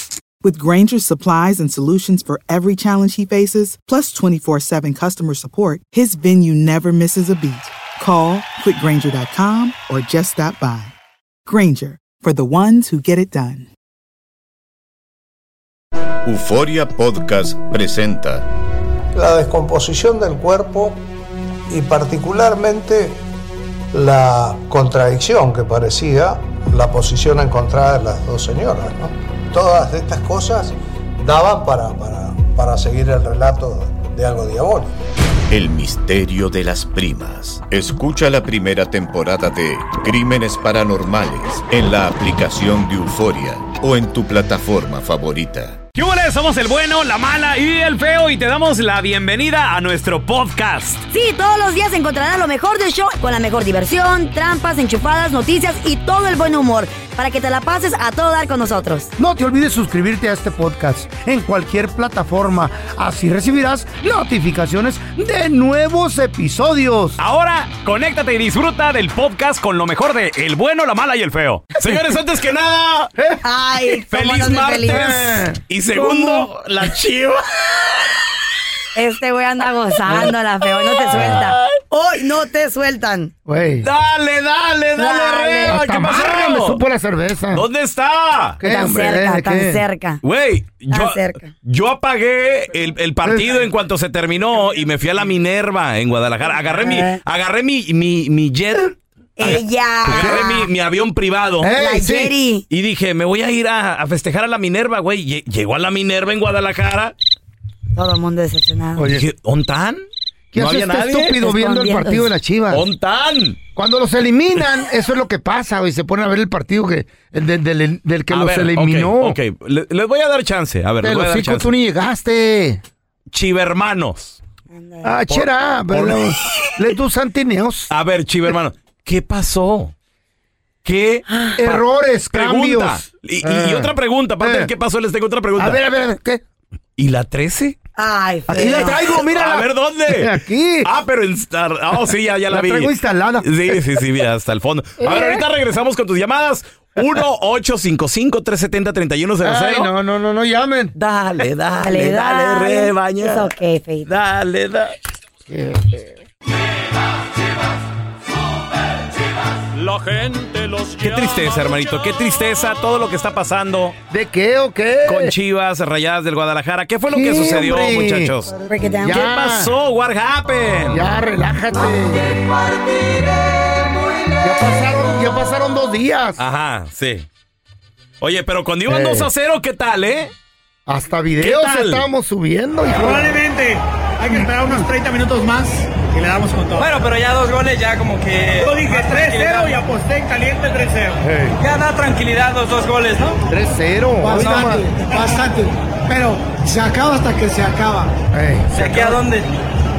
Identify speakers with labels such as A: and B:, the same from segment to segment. A: With Granger's supplies and solutions for every challenge he faces, plus 24 7 customer support, his venue never misses a beat. Call quickgranger.com or just stop by. Granger, for the ones who get it done.
B: Euforia Podcast presenta.
C: La descomposición del cuerpo y particularmente la contradicción que parecía la posición encontrada de las dos señoras. ¿no? Todas estas cosas daban para, para, para seguir el relato de algo diabólico.
B: El misterio de las primas. Escucha la primera temporada de Crímenes Paranormales en la aplicación de Euforia o en tu plataforma favorita.
D: ¿Qué hubo? Somos el bueno, la mala y el feo y te damos la bienvenida a nuestro podcast.
E: Sí, todos los días encontrarás lo mejor del show con la mejor diversión, trampas, enchufadas, noticias y todo el buen humor para que te la pases a todo dar con nosotros.
F: No te olvides suscribirte a este podcast en cualquier plataforma. Así recibirás notificaciones de nuevos episodios.
D: Ahora, conéctate y disfruta del podcast con lo mejor de El bueno, la mala y el feo. Señores, antes que nada,
G: Ah,
E: Ay, cómo
D: feliz
E: los de
D: martes.
E: feliz.
D: Y segundo, la chiva.
E: Este güey anda gozando, la feo, no te suelta. Hoy no te sueltan.
F: Güey,
D: Dale, dale, dale,
E: Dale.
D: Reba.
F: hasta
D: ¿Qué
F: amarga me
D: pasó?
F: supo la cerveza.
D: ¿Dónde está?
F: ¿Qué,
E: tan
F: hombre,
E: cerca,
F: eh?
E: tan
F: ¿Qué?
E: cerca.
D: Güey, yo,
E: Tan cerca.
D: yo apagué el, el partido en cuanto se terminó y me fui a la Minerva en Guadalajara. Agarré mi,
E: Eh.
D: agarré mi, mi, mi jet,
E: Ella.
D: agarré mi, mi avión privado.
F: Eh.
E: La
F: Ey, sí.
E: Jerry.
D: Y dije, me voy a ir a, a festejar a la Minerva, güey. Lle- Llegó a la Minerva en Guadalajara.
E: Todo el mundo decepcionado.
F: Oye,
D: Dije, ¿ontan?
F: ¿qué
D: no
F: hace
D: había
F: este
D: nadie.
F: estúpido viendo el
E: Escondiéndose.
F: partido de las chivas?
D: ¿Ontan?
F: Cuando los eliminan, eso es lo que pasa, güey. Se ponen a ver el partido que, el de- del, del que
D: A
F: los
D: ver,
F: eliminó.
D: Ok, ok. Le- les voy a dar chance. A ver, les
F: De
D: voy a
F: los
D: dar
F: chicos
D: chance.
F: tú ni llegaste.
D: Chivermanos.
F: Ah, chera,
D: por-
F: pero le tus antineos.
D: A ver, Chivermanos. ¿Qué pasó? ¿Qué
F: Errores,
D: pregunta?
F: cambios.
D: Y, y-
F: Ah.
D: y otra pregunta. Aparte
F: Eh.
D: de qué pasó, les tengo otra pregunta.
F: A ver, a ver, a ver, ¿qué?
D: ¿Y la 13?
E: Ay, feo.
F: Aquí la Ah, traigo, mira.
D: A ver, ¿dónde?
F: Aquí.
D: Ah, pero en Star. Ah, oh, sí, ya, ya la,
F: La
D: vi.
F: traigo instalada.
D: Sí, sí, sí, mira, hasta el fondo. A ver, ahorita regresamos con tus llamadas. 1-855-370-3100.
F: Ay, no, no, no, no llamen.
D: Dale,
E: Dale,
D: dale, dale,
E: dale.
D: rebaña.
E: Es ok, feito.
D: Dale, dale. Qué tristeza, hermanito. Qué tristeza todo lo que está pasando
F: ¿De qué o qué?
D: con Chivas Rayadas del Guadalajara. ¿Qué fue lo que
F: Sí,
D: sucedió,
F: hombre.
D: muchachos?
E: Break it down.
D: ¿Qué
F: Ya.
D: pasó? What happened?
F: Ya, relájate. Ya pasaron, ya pasaron dos días.
D: Ajá, sí. Oye, pero cuando iban
F: Eh.
D: 2 a 0, ¿qué tal, eh?
F: Hasta videos
D: ¿Qué tal?
F: estábamos subiendo. hijo.
H: Probablemente. Hay que esperar unos 30 minutos más y le damos con todo.
I: Bueno, pero ya dos goles ya como
F: eh,
I: que...
H: Yo dije 3-0 y aposté en caliente el 3-0.
F: Hey,
I: Ya da tranquilidad los dos goles, ¿no?
F: 3-0. Hoy nada más.
H: Bastante, bastante. Pues, Pero se acaba hasta que se acaba.
F: Hey.
I: ¿De aquí a dónde?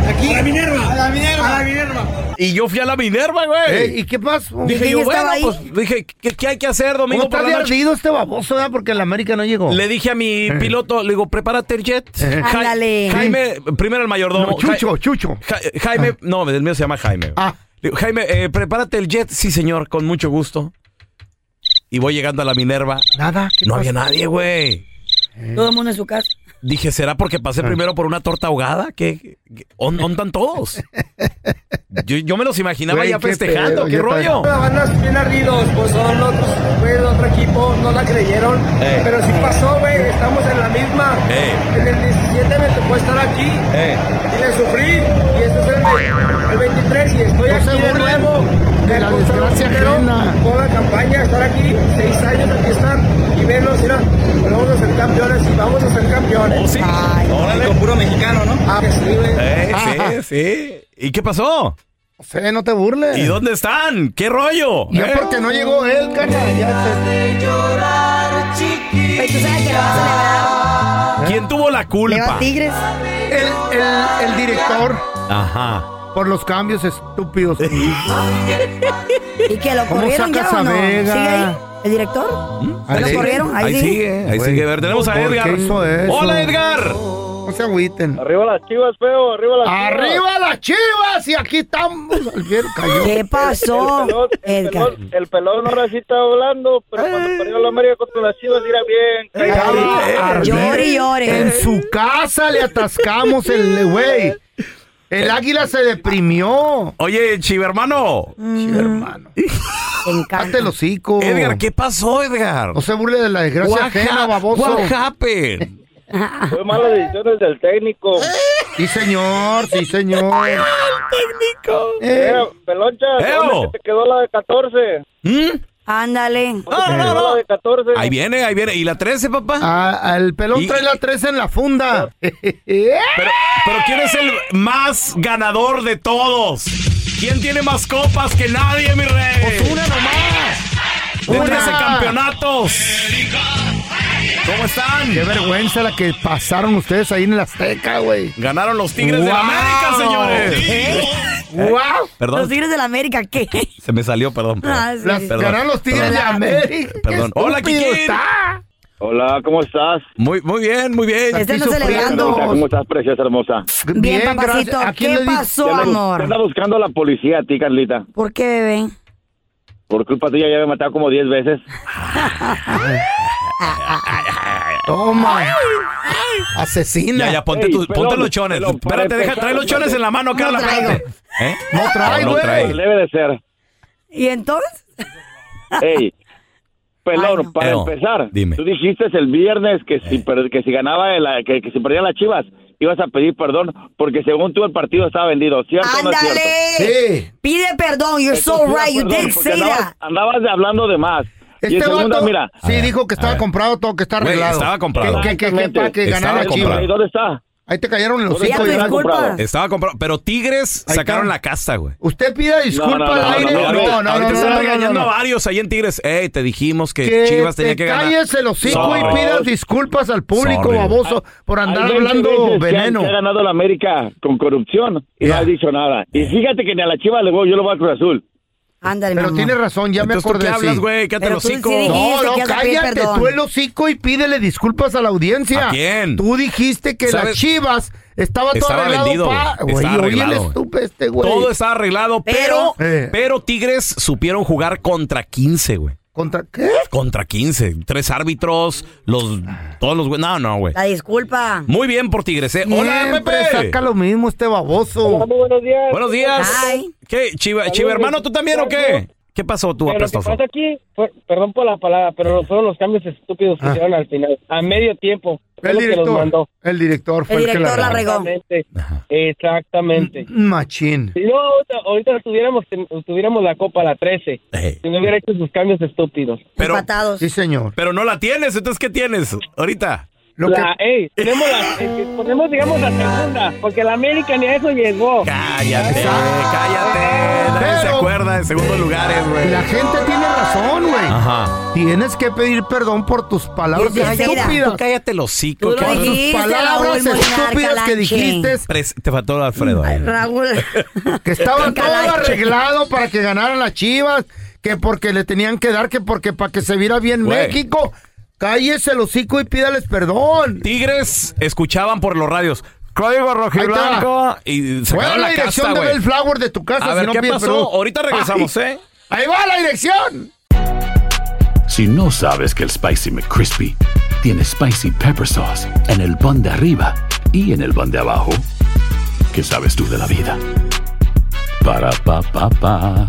H: Aquí. A la Minerva. A la Minerva. A la Minerva.
D: Y yo fui a la Minerva, güey.
F: Hey, Eh, ¿Y qué pasó?
D: Dije
E: ¿Quién
D: yo, bueno,
E: estaba ahí?
D: pues, dije, ¿qué, qué hay que hacer domingo
F: ¿Cómo
D: por
F: está
D: la
F: de
D: noche?
F: ardido este baboso, ¿verdad? Porque el América no llegó.
D: Le dije a mi piloto, le digo, prepárate el jet.
F: Eh.
D: Ja-
E: Ándale.
D: Jaime, primero el mayordomo.
F: No, Chucho,
D: Ja-
F: Chucho.
D: Ja- Jaime, no, el mío se llama Jaime.
F: Ah.
D: Le digo, Jaime, eh, prepárate el jet. Sí, señor, con mucho gusto. Y voy llegando a la Minerva.
F: Nada. ¿qué
D: No
F: pasó? Eh.
D: había nadie, güey.
E: Todo el mundo en su casa.
D: Dije, ¿será porque pasé
F: Ah.
D: primero por una torta ahogada? ¿Qué? qué- on- ¿Ontan todos? Yo, yo me los imaginaba
F: Güey,
D: ya
F: qué
D: festejando.
F: pedo,
D: ¿Qué
F: yo
D: rollo?
F: también.
H: Van a bien ardidos, pues son los otros, güey, el otro equipo, no la creyeron. Pero sí pasó, güey.
I: estamos en la misma. En el 17 me tocó estar aquí
F: Eh.
I: y le sufrí. Y este es el, ve- el 23 y estoy
F: No
I: aquí
F: se
I: de
F: burlen
I: nuevo.
F: de la
I: Me costó
F: desgracia
I: dinero
F: ajena.
I: Toda la campaña, estar aquí, seis años aquí estar y verlos, mira, vamos a ser campeones y vamos a ser campeones.
D: Oh, sí.
E: Ay,
D: Órale.
I: puro mexicano, ¿no? Ah, que sí, güey.
D: Eh,
F: Ajá.
D: sí, sí. ¿Y qué pasó?
F: Ah. No sé, no te burles.
D: ¿Y dónde están? ¿Qué rollo?
F: Yo
D: ¿Eh?
F: porque no llegó él, carnal. ya
E: Pero tú sabes que lo vas a
D: ¿Quién tuvo la
E: celebrar. Le va
D: culpa?
E: a Tigres.
F: te- El, el- el director,
D: Ajá.
F: por los cambios estúpidos.
E: ¿Y que lo
F: ¿Cómo
E: corrieron ya
F: sacas
E: o
F: a
E: no?
F: Vega?
E: ¿Sigue ahí? ¿El director?
F: Ahí
E: ¿Lo
F: sí.
E: corrieron? Ahí,
D: Ahí
E: sigue.
D: sigue, ahí
F: Güey,
D: sigue. A ver, tenemos a
F: ¿por qué
D: Edgar.
F: hizo eso?
D: Hola, Edgar.
F: No se agüiten.
H: Arriba las chivas, feo, arriba las chivas.
F: ¡Arriba las chivas! Y aquí estamos. Al bien cayó.
E: ¿Qué pasó,
H: Pelón, el,
E: Edgar? Eh.
H: pelón, el pelón ahora sí está hablando, pero cuando perdió la América contra las chivas, era bien.
F: Estaba
E: Llore
F: al
E: y
F: ver-
E: llore.
F: En su casa le atascamos el güey. El águila se deprimió.
D: Oye, chivermano.
F: Sí, hermano.
E: Te
F: Hazte
E: encanta.
F: el hocico.
D: Edgar, ¿qué pasó, Edgar?
F: No se burle de la desgracia
D: What
F: ajena,
D: hap-
F: baboso.
D: what happened?
H: Fue malas decisiones del técnico.
F: Sí, señor, sí, señor. Eh,
H: Mira, peloncha,
D: Feo.
H: ¿dónde que te quedó la de 14? ¿Dónde
D: ¿Mm?
E: Ándale.
H: te
D: No, no,
H: quedó
D: no.
H: la de 14?
D: Ahí viene, ahí viene. ¿Y la 13, papá?
F: a- al pelón
D: Y-
F: Ah, trae la 3 en la funda.
D: Pero, pero ¿quién es el más ganador de todos? ¿Quién tiene más copas que nadie, mi rey?
F: Pues una nomás.
D: de
F: una.
D: 13 campeonatos. ¿Cómo están?
F: Qué vergüenza la que pasaron ustedes ahí en el Azteca, güey.
D: Ganaron los Tigres de la
F: Wow.
D: América, señores.
F: ¡Wow!
E: ¿Eh? Los
D: Perdón,
E: Tigres del América, ¿qué?
D: se me salió, perdón. perdón.
E: Ah, sí.
F: Las,
D: Perdón,
F: ganaron los Tigres
D: perdón.
F: de América. Qué
D: Perdón. Hola,
F: estúpido
D: Kikín.
F: está.
H: Hola, ¿cómo estás?
D: Muy, muy bien, muy bien.
E: Este no
F: Aquí
E: celebrando.
F: sufriendo.
H: ¿Cómo estás, preciosa hermosa?
E: Bien, papacito.
F: gracias. ¿A quién
E: ¿Qué
F: le di-
E: pasó,
H: Te anda bus- te anda
E: amor?
H: buscando la policía a ti, Carlita.
E: ¿Por qué, bebé?
H: Por culpa tuya ya me he matado como 10 veces.
F: Toma. Asesina.
D: Ya, ya, ponte,
H: Ey,
D: tus-
H: pelón,
D: ponte los chones.
H: pelón, para
D: Espérate, deja,
H: empezar,
D: trae los chones
H: espérate.
D: en la mano, Carla, espérate. ¿Eh?
F: No trae, güey.
H: Debe de ser.
E: ¿Y entonces?
H: Ey, pelón,
E: Ay, no.
H: para
D: Pero,
H: empezar,
D: dime.
H: tú dijiste el viernes que
D: Eh.
H: si, per- que si ganaba, la, que, que si perdían las chivas, ibas a pedir perdón porque según tú el partido estaba vendido, ¿cierto o no es cierto?
E: ¡Ándale!
F: Sí.
E: Pide perdón. You're so
H: Entonces,
E: right. You
H: perdón,
E: did
H: porque
E: say
H: andabas,
E: that.
H: andabas de hablando de más. y en
F: Este
H: segunda,
F: vato
H: mira.
D: Ah.
F: sí dijo que estaba comprado todo, que está
D: Güey,
F: arreglado.
D: estaba comprado.
F: Que, que, que, que para que
D: Estaba
F: ganara
H: el
F: Chivas.
D: comprado.
H: ¿Dónde está?
F: Ahí te cayeron los
H: ¿Dónde
E: Ya
F: cinco
E: tus
H: está? ¿Dónde
F: y
H: está
F: algo.
E: disculpas.
H: comprado?
D: Estaba comprado, pero Tigres
F: Ahí
D: sacaron
F: está.
D: la casta, güey.
F: Usted pida disculpa
H: No, no,
F: al
H: no,
F: aire.
H: no, no,
F: No, no, no. no,
D: Ahorita
F: no,
D: están
F: no,
D: regañando
F: no.
D: a varios ahí en Tigres. Ey, te dijimos que,
F: Que
D: Chivas tenía
F: te
D: que ganar.
F: calles el hocico y
D: Sorry.
F: pidas disculpas al público
D: Sorry.
F: baboso por andar
H: Hay veinte
F: hablando
H: veces que han-
F: veneno.
H: Que ha ganado la América con corrupción y
D: Yeah.
H: no ha dicho nada. Y fíjate que ni a la Chivas le voy, yo lo voy a Cruz Azul.
E: Ándale, mi
F: Pero
E: amor.
F: tienes razón, ya me
D: Entonces, ¿tú
F: acordé.
D: qué hablas,
F: sí.
D: güey? Quédate
E: Pero
D: los
E: tú sí
D: cinco.
E: dijiste-
F: No, no,
E: que vas a pedir
F: cállate
E: perdón.
F: tú el hocico y pídele disculpas a la audiencia.
D: ¿A quién?
F: Tú dijiste que
D: ¿Sabes?
F: las chivas estaba,
D: Estaba
F: todo arreglado.
D: vendido,
F: pa-
D: güey.
F: Güey,
D: Estaba
F: oye, el
D: arreglado.
F: estúpido este, güey.
D: Todo está arreglado, pero,
F: Eh.
D: pero, Tigres supieron jugar contra 15, güey.
F: ¿Contra qué?
D: Contra 15. Tres árbitros, los, todos los güey. No, no, güey.
E: La disculpa.
D: Muy bien por Tigres, eh. Hola,
F: Siempre
D: Pepe.
F: saca lo mismo este baboso.
H: Muy buenos días.
D: Buenos días.
E: Bye.
D: ¿Qué? Chiva,
H: Saludos.
D: Chiva hermano, ¿tú también o qué? ¿Qué pasó tú,
H: Pero lo que
D: apestoso?
H: pasa aquí, fue- perdón por la palabra, pero fueron los cambios estúpidos que
F: Ah.
H: hicieron al final, a medio tiempo. Fue
F: El
H: lo que los
F: director.
H: mandó.
F: El director fue
E: El
F: el,
E: director
F: que
E: la
F: la
E: regó.
H: Exactamente. Exactamente.
F: Machín.
H: Si no, ahorita, ahorita tuviéramos, tuviéramos la copa a la 13,
D: Eh.
H: si no hubiera hecho sus cambios estúpidos.
D: Pero,
E: Empatados.
F: Sí, señor.
D: pero no la tienes, entonces ¿qué tienes ahorita?
F: Lo
H: La,
F: que-
H: ey, tenemos la, eh, ponemos, digamos, la segunda, porque la América ni a eso llegó.
D: Cállate,
F: Exacto.
D: Eh, cállate. Nadie se
F: Pero-
D: acuerda de segundos lugares, güey.
F: la gente tiene razón, güey.
D: Ajá.
F: Tienes que pedir perdón por tus palabras
E: Sí, sí, sí,
F: estúpidas.
D: Tú cállate los hocico.
E: Tú lo
D: que-
F: Por tus
E: dijiste,
F: palabras
E: Raúl Molinar,
F: estúpidas que
E: Calanche.
F: dijiste
D: Pres- Te faltó Alfredo. eh. ahí.
E: Raúl.
F: Que estaba todo
E: Calache.
F: arreglado para que ganaran las Chivas, que porque le tenían que dar, que porque para que se viera bien
D: Güey.
F: México. Cállese el hocico y pídales perdón.
D: Tigres escuchaban por los radios. Código rojiblanco. Y se
F: Fue
D: quedó
F: la
D: la casta,
F: dirección de
D: güey.
F: Bellflower de tu casa.
D: A
F: si
D: ver,
F: no
D: ¿qué
F: pides
D: pasó?
F: perdón.
D: Ahorita regresamos, ¿eh?
F: Ahí va la dirección.
J: Si no sabes que el Spicy McCrispy tiene Spicy Pepper Sauce en el pan de arriba y en el pan de abajo, ¿qué sabes tú de la vida? Para, pa, pa, pa.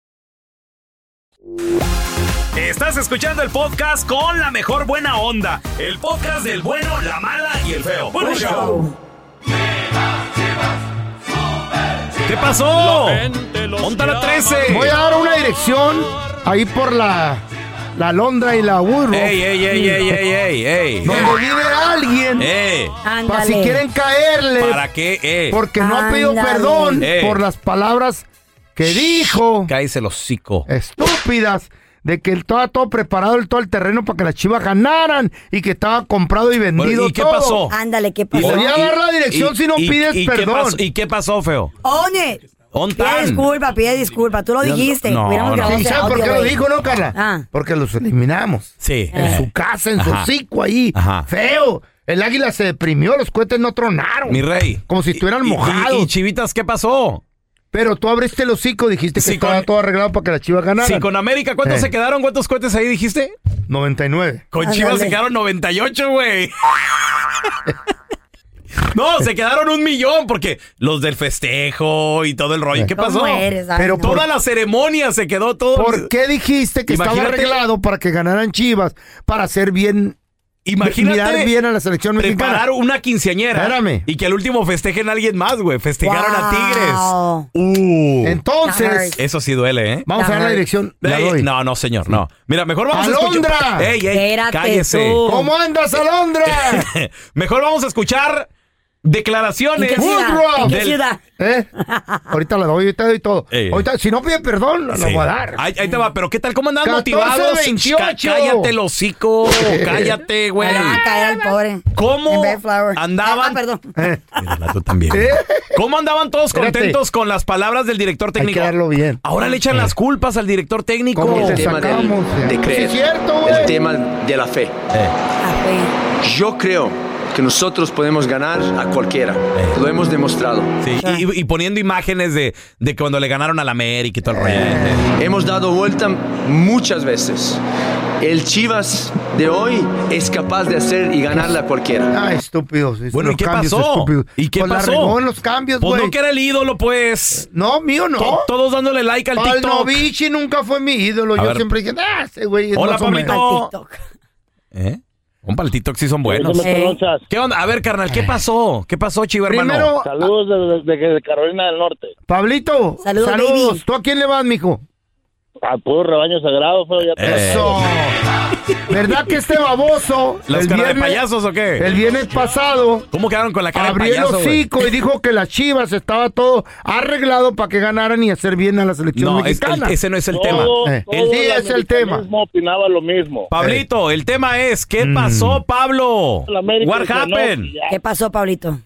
D: Estás escuchando el podcast con la mejor buena onda. El podcast del bueno, la mala y el feo. ¡Buen show! ¿Qué pasó? Monta la 13.
F: Voy a dar una dirección ahí por la, la Londra y la Woodrow.
D: Ey, ey, ey, ey, ey, ey, ey.
F: Donde vive alguien.
D: Ey.
F: Para si quieren caerle.
D: ¿Para qué? Eh.
F: Porque no ha pedido perdón
D: Ey.
F: por las palabras que dijo.
D: Cállese el hocico.
F: Estúpidas. De que estaba todo preparado, el, todo el terreno para que las chivas ganaran. Y que estaba comprado y vendido
D: ¿y qué
F: todo.
D: pasó?
E: Ándale, ¿qué
F: Y
E: pasó?
F: voy a dar la dirección
D: y-
F: si no
D: y-
F: pides
D: y qué
F: perdón.
D: pasó- ¿Y qué pasó, feo?
E: One.
D: On
E: Pide
D: time.
E: disculpa, pide disculpa. Tú lo
D: Yo-
E: dijiste.
D: no,
E: Hubiéramos
D: no.
E: grabado
D: Sí,
E: ese
F: ¿Sabes por
E: audio,
F: qué lo
E: güey.
F: dijo, no, Carla?
E: Ah.
F: Porque los eliminamos.
D: Sí. Eh.
F: En su casa, en su
D: Ajá.
F: hocico ahí. Feo. El águila se deprimió, los cohetes no tronaron.
D: Mi rey.
F: Como si estuvieran
D: Y- y-
F: mojados.
D: ¿Y chivitas qué pasó?
F: Pero tú abriste el hocico, dijiste que
D: Sí,
F: estaba
D: con-
F: todo arreglado para que las chivas ganaran.
D: Sí, con América, ¿cuántos
F: Eh.
D: se quedaron? ¿Cuántos cohetes ahí dijiste?
F: 99.
D: Con Chivas se quedaron 98, güey. No, se quedaron un millón porque los del festejo y todo el rollo. ¿Qué
E: ¿Cómo
D: pasó?
E: eres, Ángel?
F: Pero
D: Toda la ceremonia se quedó todo.
F: ¿Por qué dijiste que estaba
D: Imagínate-
F: arreglado para que ganaran chivas? Para hacer bien.
D: Imagínate
F: Mirar bien a la selección mexicana.
D: Preparar una quinceañera.
F: Espérame.
D: Y que al último festejen a alguien más, güey. Festejaron a Tigres.
E: Wow.
D: Uh.
F: Entonces,
D: Eso sí duele, ¿eh?
F: vamos a dar la
E: Ay.
F: dirección. La
D: Ey,
F: doy.
D: no, no, señor, no. Mira, mejor vamos a escuchar.
F: ¡Alondra!
D: ¡Ey, ey!
E: Espérate
D: ¡Cállese!
E: tú.
F: ¿Cómo andas, Alondra?
D: Mejor vamos a escuchar
E: ¿En
D: declaraciones.
E: qué ciudad? ¿En qué
D: Del-
E: ciudad?
F: ¿Eh? Ahorita la doy, ahorita doy todo.
D: Ey, ey.
F: Ahorita, si no pide perdón, la
D: Sí.
F: voy a dar.
D: Ahí, ahí te va, pero ¿qué tal? ¿Cómo andan
F: 14,
D: motivados?
F: 28.
D: Ca- Cállate el hocico, cállate, güey.
E: Ahí va a caer al pobre. En
D: ¿Cómo
E: Bellflower. Ah,
D: andaban?
E: perdón.
F: Eh,
D: Mírala, tú también. ¿Cómo andaban todos
F: Espérate.
D: contentos con las palabras del director
F: hay que
D: técnico?
F: darlo bien.
D: Ahora le echan las culpas al director técnico.
F: ¿Cómo
K: el
F: te
K: tema del-
F: sacamos?
K: de
F: Sí,
K: creer,
F: es cierto, güey.
K: el tema de la fe.
E: Ah, güey.
K: Yo creo que nosotros podemos ganar a cualquiera. Lo hemos demostrado.
D: Sí, y, y poniendo imágenes de, de cuando le ganaron al América y todo el rollo.
F: Eh,
K: Hemos dado vuelta muchas veces. El Chivas de hoy es capaz de hacer y ganarle a cualquiera.
F: Ah, estúpidos. Hizo
D: Bueno, ¿y
F: los
D: qué
F: cambios
D: pasó?
F: estúpidos.
D: ¿Y qué
F: Pues la
D: pasó?
F: regó en los cambios,
D: Pues
F: güey.
D: no que era el ídolo, pues.
F: No, mío no.
D: To- Todos dándole like al TikTok.
F: Pavlovich nunca fue mi ídolo.
D: A
F: Yo
D: ver.
F: siempre dije, ah, ese güey es
D: Hola,
F: más o menos".
D: Pablito.
E: Al TikTok.
D: ¿Eh? Un pal TikTok sí son buenos.
E: Eh.
D: ¿Qué onda? A ver, carnal, ¿qué pasó? ¿Qué pasó, chivo hermano?
F: Ah. Primero,
H: Saludos desde, desde Carolina del Norte.
F: Pablito,
E: Saludos,
F: saludos.
E: baby.
F: ¿Tú a quién le vas, mijo?
H: Al puro rebaño sagrado, pero ya te-
D: Eh.
F: Eso. ¿Verdad que este baboso
D: ¿Las
F: el
D: caras de
F: viernes,
D: payasos o qué?
F: el viernes pasado
D: ¿Cómo quedaron con la cara
F: abrió
D: de
F: el
D: payaso, güey?
F: hocico y dijo que las chivas estaba todo arreglado para que ganaran y hacer bien a la selección
D: No, es-
F: mexicana?
D: el- ese no es el
H: Todo-
D: tema.
H: todo
F: Eh. Sí, es el tema.
H: americanismo opinaba lo mismo.
D: Pablito, el tema es, ¿qué
F: Mm.
D: pasó, Pablo?
H: El América
D: What
H: ganó,
D: happened?
H: ya.
E: ¿Qué pasó, Pablito?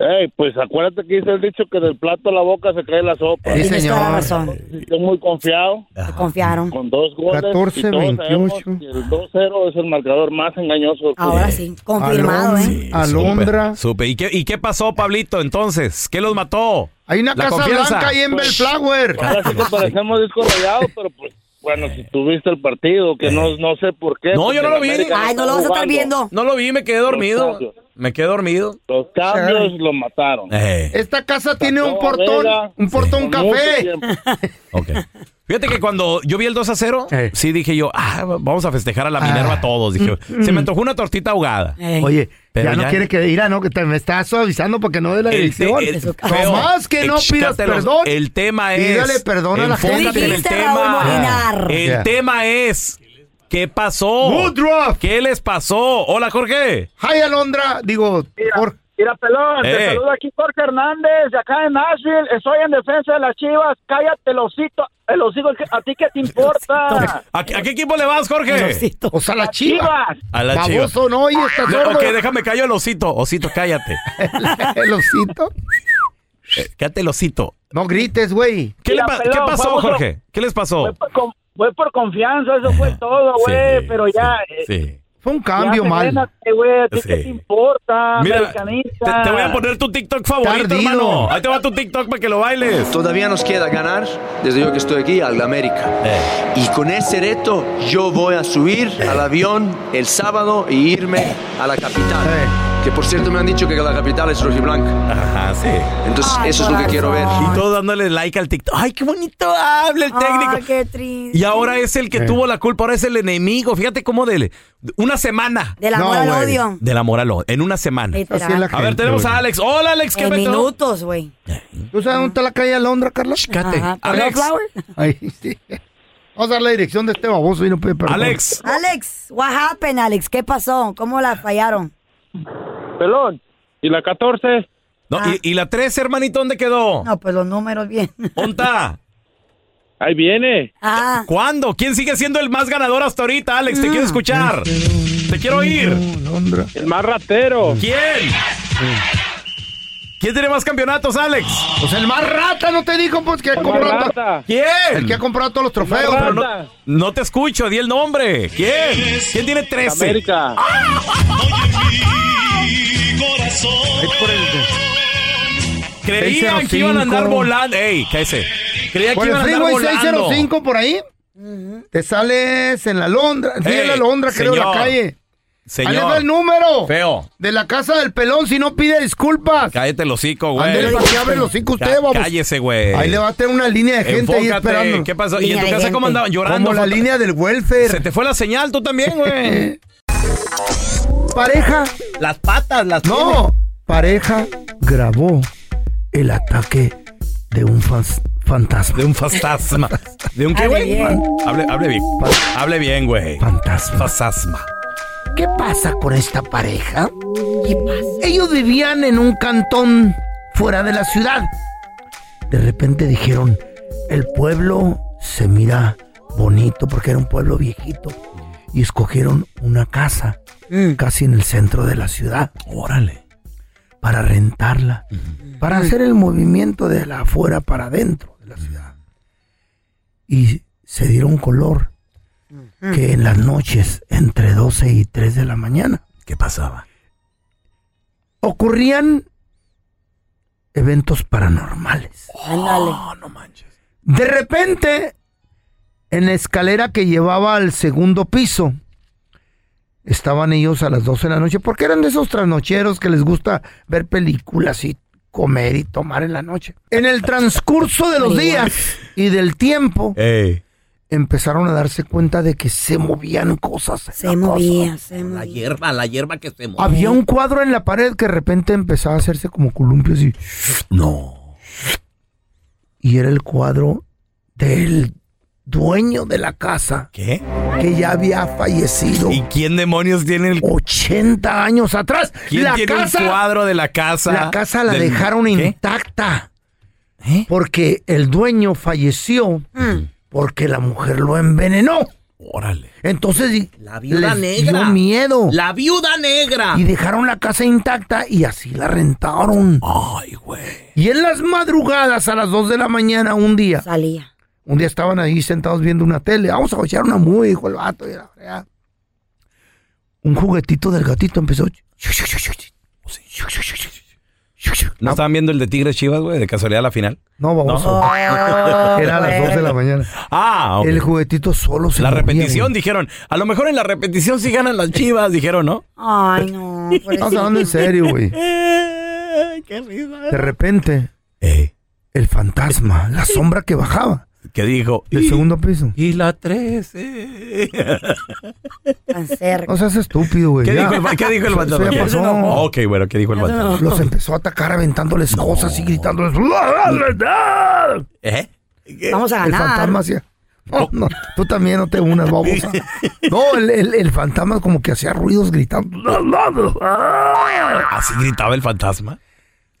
H: Ey, pues acuérdate que dice el dicho que del plato a la boca se cae la sopa.
F: Sí,
E: Tienes toda la
F: señor.
E: razón.
H: Estoy muy confiado
E: Te confiaron.
H: con dos goles.
F: 14,
H: y todos sabemos
F: 28.
H: que El 2-0 es el marcador más engañoso.
E: Ahora sí, confirmado,
F: Alon-
E: ¿eh?
F: Alondra.
D: Supe. ¿Y qué, ¿Y qué pasó, Pablito, entonces? ¿Qué los mató?
F: Hay una
D: La
F: casa
D: confianza. Pues,
F: blanca ahí en Bellflower.
H: Pues, Ahora sí que parecemos disco rayado, pero pues bueno, si tuviste el partido, que no, no sé por qué.
D: Eh. No,
H: porque
D: yo no lo
H: el
D: vi.
H: América
E: Ay, no lo vas a
H: está
E: estar
H: jugando.
E: viendo.
D: No lo vi, me quedé dormido.
H: cambios.
D: Me quedé dormido.
H: Los cambios lo mataron.
D: Eh,
F: Esta casa tiene un
H: Sacó a
F: portón,
H: Vega.
F: un portón
H: Con mucho
F: café.
H: tiempo.
D: ok. Fíjate que cuando yo vi el 2 a 0,
F: Eh.
D: sí dije yo, ah, vamos a festejar a la Minerva todos. Dije,
F: Mm.
D: se me antojó una tortita ahogada.
E: Eh.
F: Oye,
D: Pero
F: ya no quiere que ir, ¿no? Que te, me está suavizando porque no de la
D: El te-
F: dirección.
D: el- feo,
F: Tomás, que no pidas
D: excátelo.
F: perdón.
D: El tema es.
F: Pídale perdón a la gente. Ah.
D: enfócate en el
F: Dijiste,
D: tema.
F: Raúl Molinar.
D: El
F: Yeah.
D: tema es. ¿Qué pasó? ¿Qué les pasó? Hola, Jorge.
F: Hi, Alondra. Digo, por...
L: Mira, pelón,
D: Eh.
L: te saludo aquí Jorge Hernández, de acá en Nashville. Estoy en defensa de las chivas. Cállate, el osito. El hocico, ¿a ti qué te
H: Ah.
L: importa?
D: ¿A, qué- a qué equipo le vas, Jorge?
F: O sea, Pues la
L: Chivas. Chivas.
D: A la
F: Baboso,
D: Chivas.
F: no, oye, está
D: No,
F: sordo.
D: ok, déjame callo el osito. Osito, cállate.
F: el osito.
D: Eh, cállate el osito.
F: No grites, güey.
D: ¿Qué, le
L: Mira,
D: pa-
L: pelón,
D: qué pasó,
L: vamos a-
D: Jorge? ¿Qué les pasó?
L: Fue con- Fue por confianza, eso fue todo, güey. pero ya.
H: Pues,
L: eh,
D: Sí.
F: Fue un
L: ya
F: cambio mal.
L: regrésate, güey, ¿a ti
D: Sí.
L: qué te importa?
D: Mira,
L: americanista?
D: Te voy a poner tu TikTok favorito,
L: Tardido.
D: hermano. Ahí te va tu TikTok para que lo bailes.
K: Todavía nos queda ganar, desde yo que estoy aquí, al América.
D: Eh.
K: Y con ese reto yo voy a subir al avión el sábado y irme a la capital.
B: Eh.
K: Que por cierto me han dicho que la capital es rojiblanca.
D: Ajá, sí.
K: Entonces eso es lo que quiero ver.
D: Y todo dándole like al TikTok. ¡Ay, qué bonito habla el técnico!
E: Ay, qué triste.
D: Y ahora es el que
F: Eh.
D: tuvo la culpa, ahora es el enemigo. Fíjate cómo de una semana.
E: Del amor al
D: güey.
E: odio.
D: Del amor al odio. En una semana.
E: Literal. Así es la
D: a ver,
E: gente,
D: tenemos a
E: güey.
D: Alex. Hola, Alex. ¿Qué
E: En
D: metió?
E: minutos, güey.
F: ¿Tú sabes dónde está la calle Alondra, Carla?
E: Ajá. Alex. Flower?
F: Ahí sí. Vamos a dar la dirección de este baboso y no pide perdón.
D: Alex.
E: Alex, what happened, Alex? ¿Qué pasó? ¿Cómo la fallaron?
D: Pelón. ¿Y la 14? No,
E: Ah.
D: y, y la 13, hermanito, dónde quedó?
E: No, pues los números bien.
D: ¿Onta? Ahí viene.
E: Ah.
D: ¿Cuándo? ¿Quién sigue siendo el más ganador hasta ahorita, Alex? Te quiero escuchar. Te quiero oír. El más ratero. ¿Quién? ¿Quién tiene más campeonatos, Alex?
F: Pues el más rata, ¿no te dijo? Pues que ha comprado...
D: ¿Quién?
F: El que ha comprado todos los trofeos.
D: Pero no, no te escucho, di el nombre. ¿Quién? ¿Quién tiene 13?
F: América.
D: Creían que iban a andar
F: 605.
D: volando. Ey, cállese. Creían que
F: Por el
D: iban a andar
F: freeway
D: volando.
F: 605 por ahí. Te sales en la Londra. Sí,
D: Ey,
F: en la Londra, creo, en la
D: señor.
F: calle.
D: Señor.
F: Ahí les va el número.
D: Feo.
F: De la casa del pelón, si no pide disculpas.
D: Cállate el hocico, güey.
F: Ándele para que abre el hocico usted,
D: Cá-
F: vamos.
D: Cállese, güey.
F: Ahí le va a tener una línea de gente ahí
D: Enfócate.
F: esperando.
D: ¿Qué pasó? ¿Y en tu casa cómo andaban? Llorando.
F: Como la
D: Fue-
F: línea del welfare.
D: Se te fue la señal, tú también, güey.
F: Pareja.
D: Las patas, las
F: No. Pareja grabó el ataque de un fas- fantasma.
D: De un fantasma. ¿De un qué, güey? Hable, hable bien. Hable bien, güey. Fantasma. Fantasma.
F: ¿Qué pasa con esta pareja? ¿Qué pasa? Ellos vivían en un cantón fuera de la ciudad. De repente dijeron, el pueblo se mira bonito porque era un pueblo viejito. Y escogieron una casa casi en el centro de la ciudad. Órale. Para rentarla. Para hacer el movimiento de la afuera para adentro de la ciudad. Y se dieron color que en las noches entre 12 y 3 de la mañana. ¿Qué pasaba? Ocurrían eventos paranormales. Oh,
E: Ándale.
F: De repente, en la escalera que llevaba al segundo piso, estaban ellos a las 12 de la noche, porque eran de esos trasnocheros que les gusta ver películas y comer y tomar en la noche. En el transcurso de los días y del tiempo, empezaron a darse cuenta de que se movían cosas. en la
E: Se movía,
F: casa.
E: se movía.
D: hierba, la hierba que se mueve.
F: Había un cuadro en la pared que de repente empezaba a hacerse como columpios y... No. Y era el cuadro del dueño de la casa.
D: ¿Qué?
F: Que ya había fallecido
D: ¿Y quién demonios tiene el
F: 80 años atrás.
D: ¿Quién
F: la
D: tiene
F: casa,
D: el cuadro de la casa?
F: La casa la
D: del-
F: dejaron
D: ¿Qué? ¿Eh?
F: intacta. Porque el dueño falleció porque la mujer lo envenenó.
D: Órale.
F: Entonces y-
D: La viuda
F: les
D: negra.
F: dio miedo.
D: La viuda negra.
F: Y dejaron la casa intacta y así la rentaron. Ay, güey. Y en las madrugadas a las 2 de la mañana un día.
E: Salía.
F: Un día estaban ahí sentados viendo una tele. Vamos a echar una muy, dijo el vato. y la fregada. Un juguetito del gatito empezó.
D: ¿No estaban viendo el de Tigres Chivas, güey? De casualidad la final.
F: No, vamos. Era a las 2 de la mañana.
D: Ah, ok.
F: El juguetito solo se
D: La
F: movía,
D: repetición,
F: güey.
D: dijeron. A lo mejor en la repetición sí ganan las Chivas, dijeron, ¿no?
E: Ay, no.
F: Estamos hablando en serio, güey.
E: Qué
F: De repente, el fantasma, la sombra que bajaba,
D: que dijo.
F: Del
D: "Y-
F: segundo piso.
D: Y la 13.
E: Tan cerca.
F: No seas estúpido, güey.
D: ¿Qué
F: Pues ya.
D: dijo, el- ¿Qué dijo el
F: Eso-
D: bandado?
F: Eso ya pasó.
D: Ok, bueno, ¿qué dijo el bandado?
F: Los empezó a atacar aventándoles cosas y gritándoles.
D: ¿Eh?
E: Vamos a
F: El
E: ganar.
F: fantasma hacía.
D: Oh.
F: No, no, tú también no te unas, babosa. No, el, el- el fantasma como que hacía ruidos gritando.
D: ¿Así gritaba el fantasma?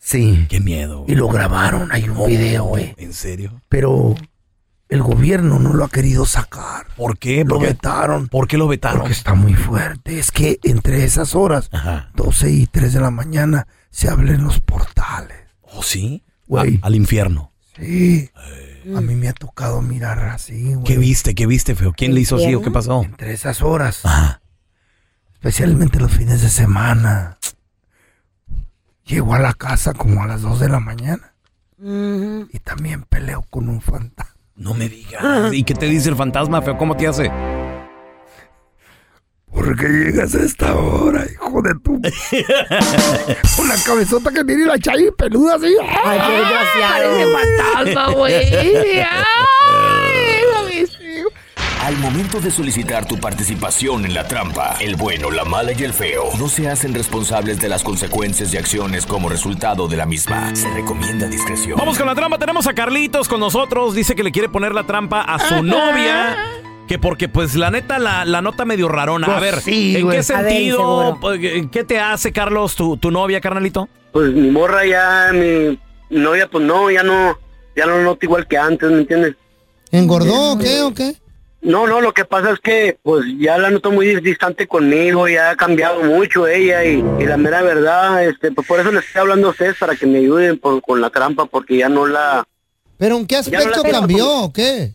F: Sí.
D: Qué miedo. Oh,
F: Y lo grabaron, hay un video, güey.
D: ¿En serio?
F: Pero el gobierno no lo ha querido sacar.
D: ¿Por qué?
F: Lo
D: ¿Por qué?
F: vetaron.
D: ¿Por qué lo vetaron?
F: Porque está muy fuerte. Es que entre esas horas, 12 y 3 de la mañana, se abren los portales.
D: ¿O Oh, sí?
F: Güey.
D: A- al infierno.
F: Sí. A mí me ha tocado mirar así, güey.
D: ¿Qué viste? ¿Qué viste, feo? ¿Quién le hizo así o qué pasó?
F: Entre esas horas. Especialmente los fines de semana. Llego a la casa como a las 2 de la mañana. Y también peleo con un fantasma.
D: No me digas. ¿Y qué te dice el fantasma, feo? ¿Cómo te hace?
F: ¿Por qué llegas a esta hora, hijo de tu... Una cabezota que tiene la chayi peluda así. ¡Ay,
E: qué
F: desgraciado! fantasma, güey!
M: Al momento de solicitar tu participación en la trampa, el bueno, la mala y el feo no se hacen responsables de las consecuencias y acciones como resultado de la misma. Se recomienda discreción.
D: Vamos con la trampa. Tenemos a Carlitos con nosotros. Dice que le quiere poner la trampa a su novia. Que porque, pues, la neta, la, la nota medio rarona. a
N: Pues
D: ver,
N: sí,
D: ¿en
N: güey.
D: qué
N: A ver,
D: sentido?
N: seguro.
D: pues, ¿Qué te hace, Carlos, tu, tu novia, carnalito?
N: Pues mi morra ya, mi novia, pues no, ya no, ya no noto igual que antes, ¿me entiendes?
G: ¿Engordó o qué o qué?
N: No, no, lo que pasa es que pues ya la noto muy distante conmigo, ya ha cambiado mucho ella y, y la mera verdad, este, pues por eso les estoy hablando a ustedes para que me ayuden por- con la trampa, porque ya no la,
G: ¿Pero en qué
N: no la
G: aspecto
N: tengo
G: cambió
N: como-
G: o qué?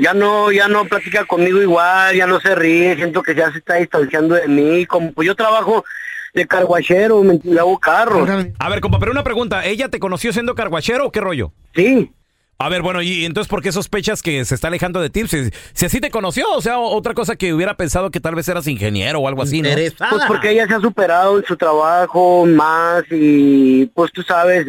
N: ya no, ya no platica conmigo igual, ya no se ríe, siento que ya se está distanciando de mí, como pues yo trabajo de carguachero, me le hago carros.
D: A ver, compa, pero una pregunta. ¿Ella te conoció siendo carguachero o qué rollo?
N: Sí.
D: A ver, bueno, ¿y entonces por qué sospechas que se está alejando de ti? Si, si así te conoció, o sea, o- otra cosa que hubiera pensado que tal vez eras ingeniero o algo así, ¿no?
N: Pues porque ella se ha superado en su trabajo más y pues tú sabes,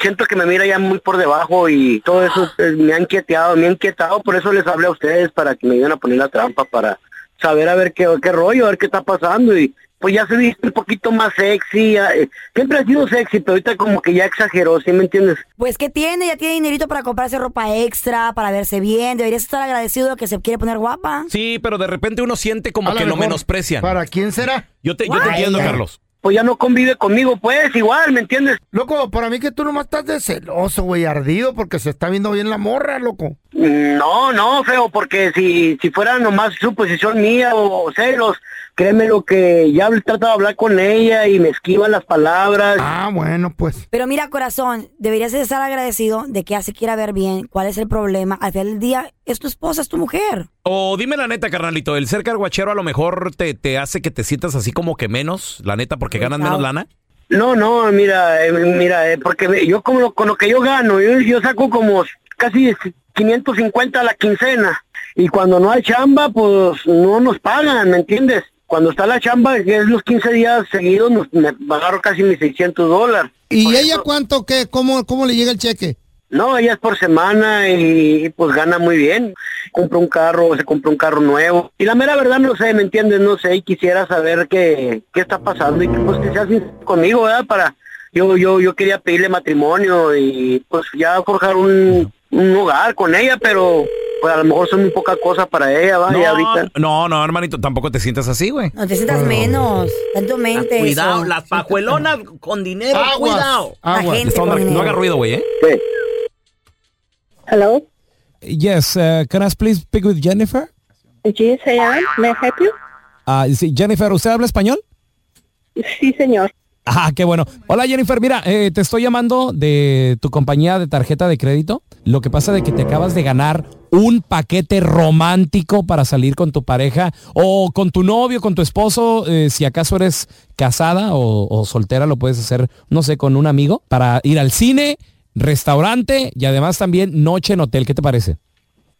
N: siento que me mira ya muy por debajo y todo eso eh, me ha inquieteado, me ha inquietado, por eso les hablé a ustedes para que me ayuden a poner la trampa para saber a ver qué, qué rollo, a ver qué está pasando y pues ya se viste un poquito más sexy, ya, eh, siempre ha sido sexy, pero ahorita como que ya exageró, ¿sí me entiendes?
E: Pues que tiene, ya tiene dinerito para comprarse ropa extra, para verse bien. Deberías estar agradecido de que se quiere poner guapa.
D: Sí, pero de repente uno siente como
E: A lo
D: que lo
E: mejor.
D: menosprecian.
F: ¿Para quién será?
D: Yo te, yo te
F: Ay,
D: entiendo,
F: ay.
D: Carlos.
N: Pues ya no convive conmigo, pues, igual, ¿me entiendes?
F: Loco, para mí que tú nomás estás de celoso, güey, ardido, porque se está viendo bien la morra, loco.
N: No, no, feo, porque si, si fuera nomás suposición mía o, o celos, créeme lo que ya he tratado de hablar con ella y me esquivan las palabras.
F: Ah, bueno, pues.
E: Pero mira, corazón, deberías de estar agradecido de que ya se quiera ver bien. ¿Cuál es el problema? Al final del día, es tu esposa, es tu mujer.
D: O dime la neta, carnalito, ¿el ser carguachero a lo mejor te, te hace que te sientas así como que menos, la neta, porque ganas menos lana?
N: No, no, mira, eh, mira, eh, porque me- yo como lo- con lo que yo gano, yo, yo saco como casi 550 a la quincena y cuando no hay chamba, pues no nos pagan, ¿me entiendes? Cuando está la chamba, que es los 15 días seguidos, nos, me pagaron casi mis 600 dólares.
G: ¿Y ella cuánto qué? ¿Cómo, ¿Cómo le llega el cheque?
N: No, ella es por semana y, y, pues gana muy bien. Compró un carro, se compró un carro nuevo. Y la mera verdad no sé, ¿me entiendes? No sé y quisiera saber qué, qué está pasando y que, pues que sea sincero conmigo, ¿verdad? Para yo yo yo quería pedirle matrimonio y pues ya forjar un, un hogar con ella, pero pues a lo mejor son muy poca cosa para ella, ¿va? Y ahorita.
D: no, no, hermanito, tampoco te sientas así, güey.
E: No te sientas menos. Tanto mente.
D: Cuidado,
E: eso.
D: las pajuelonas con dinero,
E: Aguas,
D: cuidado.
E: aguas. La gente
D: Esto,
E: con
D: no, no
E: dinero.
D: haga ruido, güey, ¿eh?
O: Hello.
P: Yes, uh, can I please speak with Jennifer?
O: Yes, I am. May I help you?
P: Ah, sí, Jennifer, ¿usted habla español?
O: Sí, señor.
P: Ah, qué bueno. Hola Jennifer, mira, eh, te estoy llamando de tu compañía de tarjeta de crédito. Lo que pasa de que te acabas de ganar un paquete romántico para salir con tu pareja o con tu novio, con tu esposo, eh, si acaso eres casada o, o soltera, lo puedes hacer, no sé, con un amigo, para ir al cine, restaurante y además también noche en hotel. ¿Qué te parece?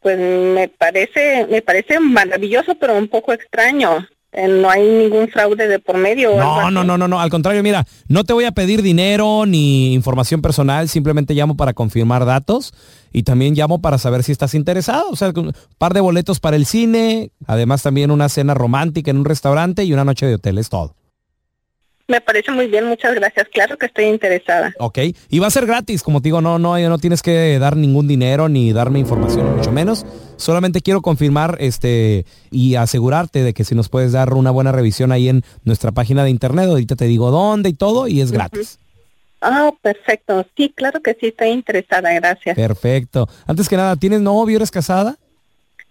O: Pues me parece, me parece maravilloso, pero un poco extraño. Eh, No hay ningún fraude de por medio. o algo
D: No,
O: así.
D: no, no, no, no. Al contrario, mira, no te voy a pedir dinero ni información personal, simplemente llamo para confirmar datos y también llamo para saber si estás interesado. O sea, un par de boletos para el cine, además también una cena romántica en un restaurante y una noche de hotel, es todo.
O: Me parece muy bien, muchas gracias. Claro que estoy interesada.
D: Ok. Y va a ser gratis, como te digo, no, no, no tienes que dar ningún dinero ni darme información, mucho menos. Solamente quiero confirmar este y asegurarte de que si nos puedes dar una buena revisión ahí en nuestra página de internet, ahorita te digo dónde y todo, y es gratis.
O: Ah, perfecto. Sí, claro que sí, estoy interesada, gracias.
D: Perfecto. Antes que nada, ¿tienes novio? ¿Eres casada?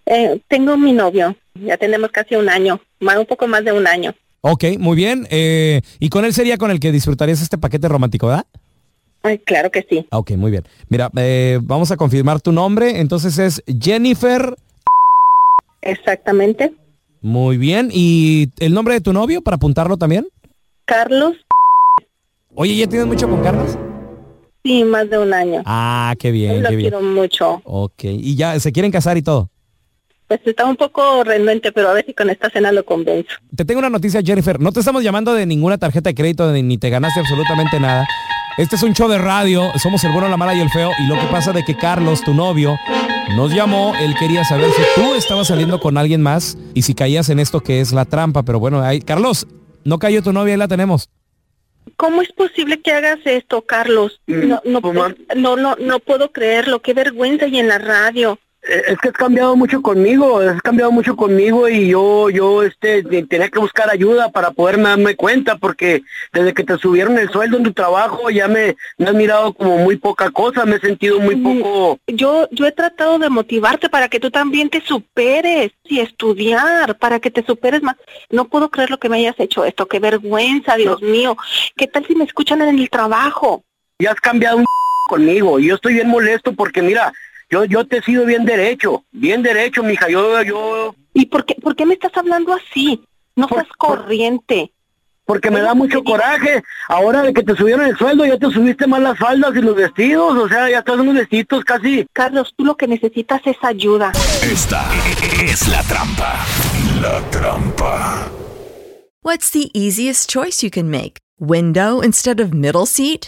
O: Eh, tengo mi novio, ya tenemos casi un año, más, un poco más de un año.
D: Ok, muy bien. Eh, y con él sería con el que disfrutarías este paquete romántico, ¿verdad?
O: Ay, claro que sí.
D: Ah, Ok, muy bien. Mira, eh, vamos a confirmar tu nombre. Entonces es Jennifer.
O: Exactamente.
D: Muy bien. ¿Y el nombre de tu novio para apuntarlo también?
O: Carlos,
D: Oye, ¿ya tienes mucho con Carlos?
O: sí, más de un año.
D: Ah, qué bien,
O: Lo
D: qué bien.
O: quiero mucho.
D: Ok, y ya se quieren casar y todo.
O: Pues está un poco renuente, pero a ver si con esta cena lo convenzo.
D: Te tengo una noticia, Jennifer. No te estamos llamando de ninguna tarjeta de crédito ni- ni te ganaste absolutamente nada. Este es un show de radio. Somos el bueno, la mala y el feo. Y lo que pasa de que Carlos, tu novio, nos llamó. Él quería saber si tú estabas saliendo con alguien más y si caías en esto que es la trampa. Pero bueno, ahí, Carlos, no cayó tu novia, ahí la tenemos.
O: ¿Cómo es posible que hagas esto, Carlos? No, no, no, no, no puedo creerlo. Qué vergüenza y en la radio.
N: Eh, Es que has cambiado mucho conmigo, has cambiado mucho conmigo y yo, yo, este, te- tenía que buscar ayuda para poderme darme cuenta porque desde que te subieron el sueldo en tu trabajo ya me, me has mirado como muy poca cosa, me he sentido muy poco...
O: Yo, yo he tratado de motivarte para que tú también te superes y estudiar, para que te superes más. No puedo creer lo que me hayas hecho esto. Qué vergüenza, Dios mío. ¿Qué tal si me escuchan en el trabajo?
N: Ya has cambiado un conmigo. y Yo estoy bien molesto porque mira, yo, yo te he sido bien derecho, bien derecho, mija. Yo, yo.
O: ¿Y por qué, por qué me estás hablando así? No seas corriente.
N: Porque me da mucho coraje. Ahora de que te subieron el sueldo, ya te subiste más las faldas y los vestidos. O sea, ya estás en unos vestidos casi.
O: Carlos, tú lo que necesitas es ayuda.
J: Esta es la trampa. La trampa.
Q: What's the easiest choice you can make? Window instead of middle seat?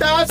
F: Estás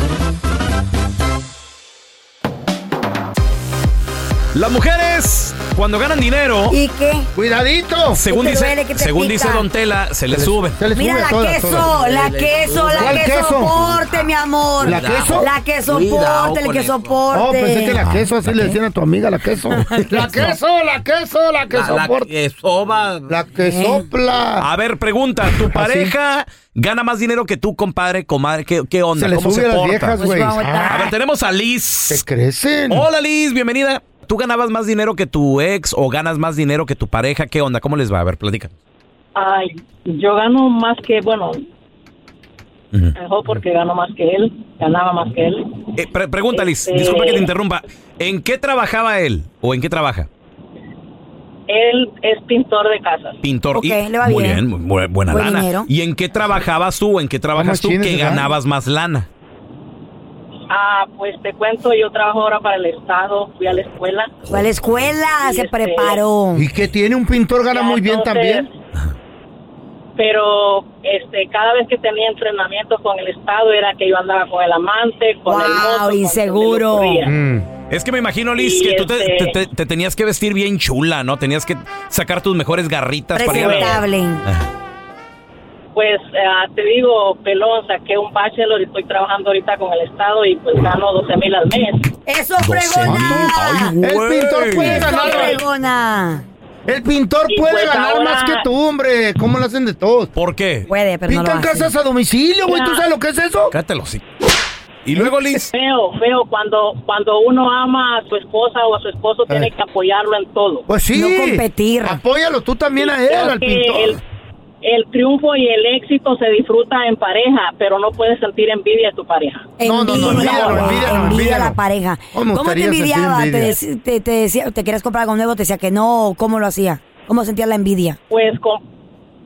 D: Las mujeres, cuando ganan dinero.
E: ¿Y qué?
F: ¡Cuidadito!
D: Según,
E: ¿Qué te
D: dice,
E: duele? ¿Qué te
D: según
E: pica?
D: dice Don Tela, se le sube.
E: Mira la queso, la queso, la que soporte, mi amor.
F: ¿La queso?
E: La que
F: Cuidado
E: soporte, el
F: con
E: que
F: eso.
E: soporte.
F: Oh, pensé que la queso, así le decían a tu amiga, la queso. la queso, la queso, la queso.
D: La- la
F: que soba. La que sopla.
D: A ver, pregunta, ¿tu pareja gana más dinero que tú, compadre, comadre? ¿Qué, qué onda?
F: Se le
D: ¿Cómo
F: sube
D: se
F: a las
D: porta?
F: viejas,
R: Pues
F: güey.
D: A ver, tenemos a Liz.
F: Te crecen.
D: Hola Liz, bienvenida. ¿Tú ganabas más dinero que tu ex o ganas más dinero que tu pareja? ¿Qué onda? ¿Cómo les va? A ver, platica.
R: Ay, yo gano más que, bueno, mejor porque gano más que él, ganaba más que él.
D: Eh, pre- pregunta Liz,
R: Este-
D: disculpa que te interrumpa. ¿En qué trabajaba él o en qué trabaja?
R: Él es pintor de casas.
D: Pintor.
R: Ok,
D: Y-
R: le va
D: muy
R: bien.
D: bien, muy bu- buena
R: Buen
D: lana.
R: dinero.
D: ¿Y en qué trabajabas tú o en qué trabajas tú
R: machines
D: que
R: ese, ¿verdad?
D: ganabas más lana?
R: Ah, pues te cuento, yo trabajo ahora para el Estado, fui a la escuela.
E: ¿Cuál escuela?
R: Y
E: Se
R: este-
E: preparó.
F: Y que tiene un pintor, gana muy bien
R: Entonces,
F: también.
R: Pero este, cada vez que tenía entrenamiento con el Estado era que yo andaba con el amante, con el mozo, con
E: Wow,
R: quien le
E: inseguro.
R: ocurría.
D: Mm. Es que me imagino, Liz,
R: Y
D: que tú te,
R: este-
D: te- te- te tenías que vestir bien chula, ¿no? Tenías que sacar tus mejores garritas para ir a Ah, la-
R: Pues ah, te digo, pelón, saqué un bachelor y estoy trabajando ahorita con el Estado y pues gano 12 mil al mes.
E: ¡Eso, fregona!
F: El pintor puede
E: Eso,
F: ganar.
E: fregona!
F: El pintor
E: Y
F: puede
E: pues
F: ganar
E: ahora-
F: más que tú, hombre. ¿Cómo lo hacen de todos?
D: ¿Por qué?
E: Puede, pero no lo
F: Pintan
E: hace.
F: casas a domicilio, güey. ¿Tú
R: Ya.
F: sabes lo que es eso?
D: Cátelo, sí. Y luego, Liz.
R: Feo, feo, cuando, cuando uno ama a su esposa o a su esposo, tiene que apoyarlo en todo.
F: Ah. Pues sí.
R: No
F: competir. Apóyalo tú también a él,
R: Creo
F: al
R: que
F: pintor.
R: El, el triunfo y el éxito se disfruta en pareja, pero no puedes sentir envidia de tu pareja.
E: Envidia, no, no,
F: envíalo, envíalo,
E: envidia a
F: envíalo.
E: la pareja.
F: Ah, ¿Cómo
E: ¿Cómo, te
F: estaría sentir
E: envidiaba? Te,
F: envidia?
E: dec- te, te decía, te querías comprar algo nuevo, te decía que no, ¿o ¿cómo lo hacía? ¿Cómo sentía la envidia?
R: Pues com-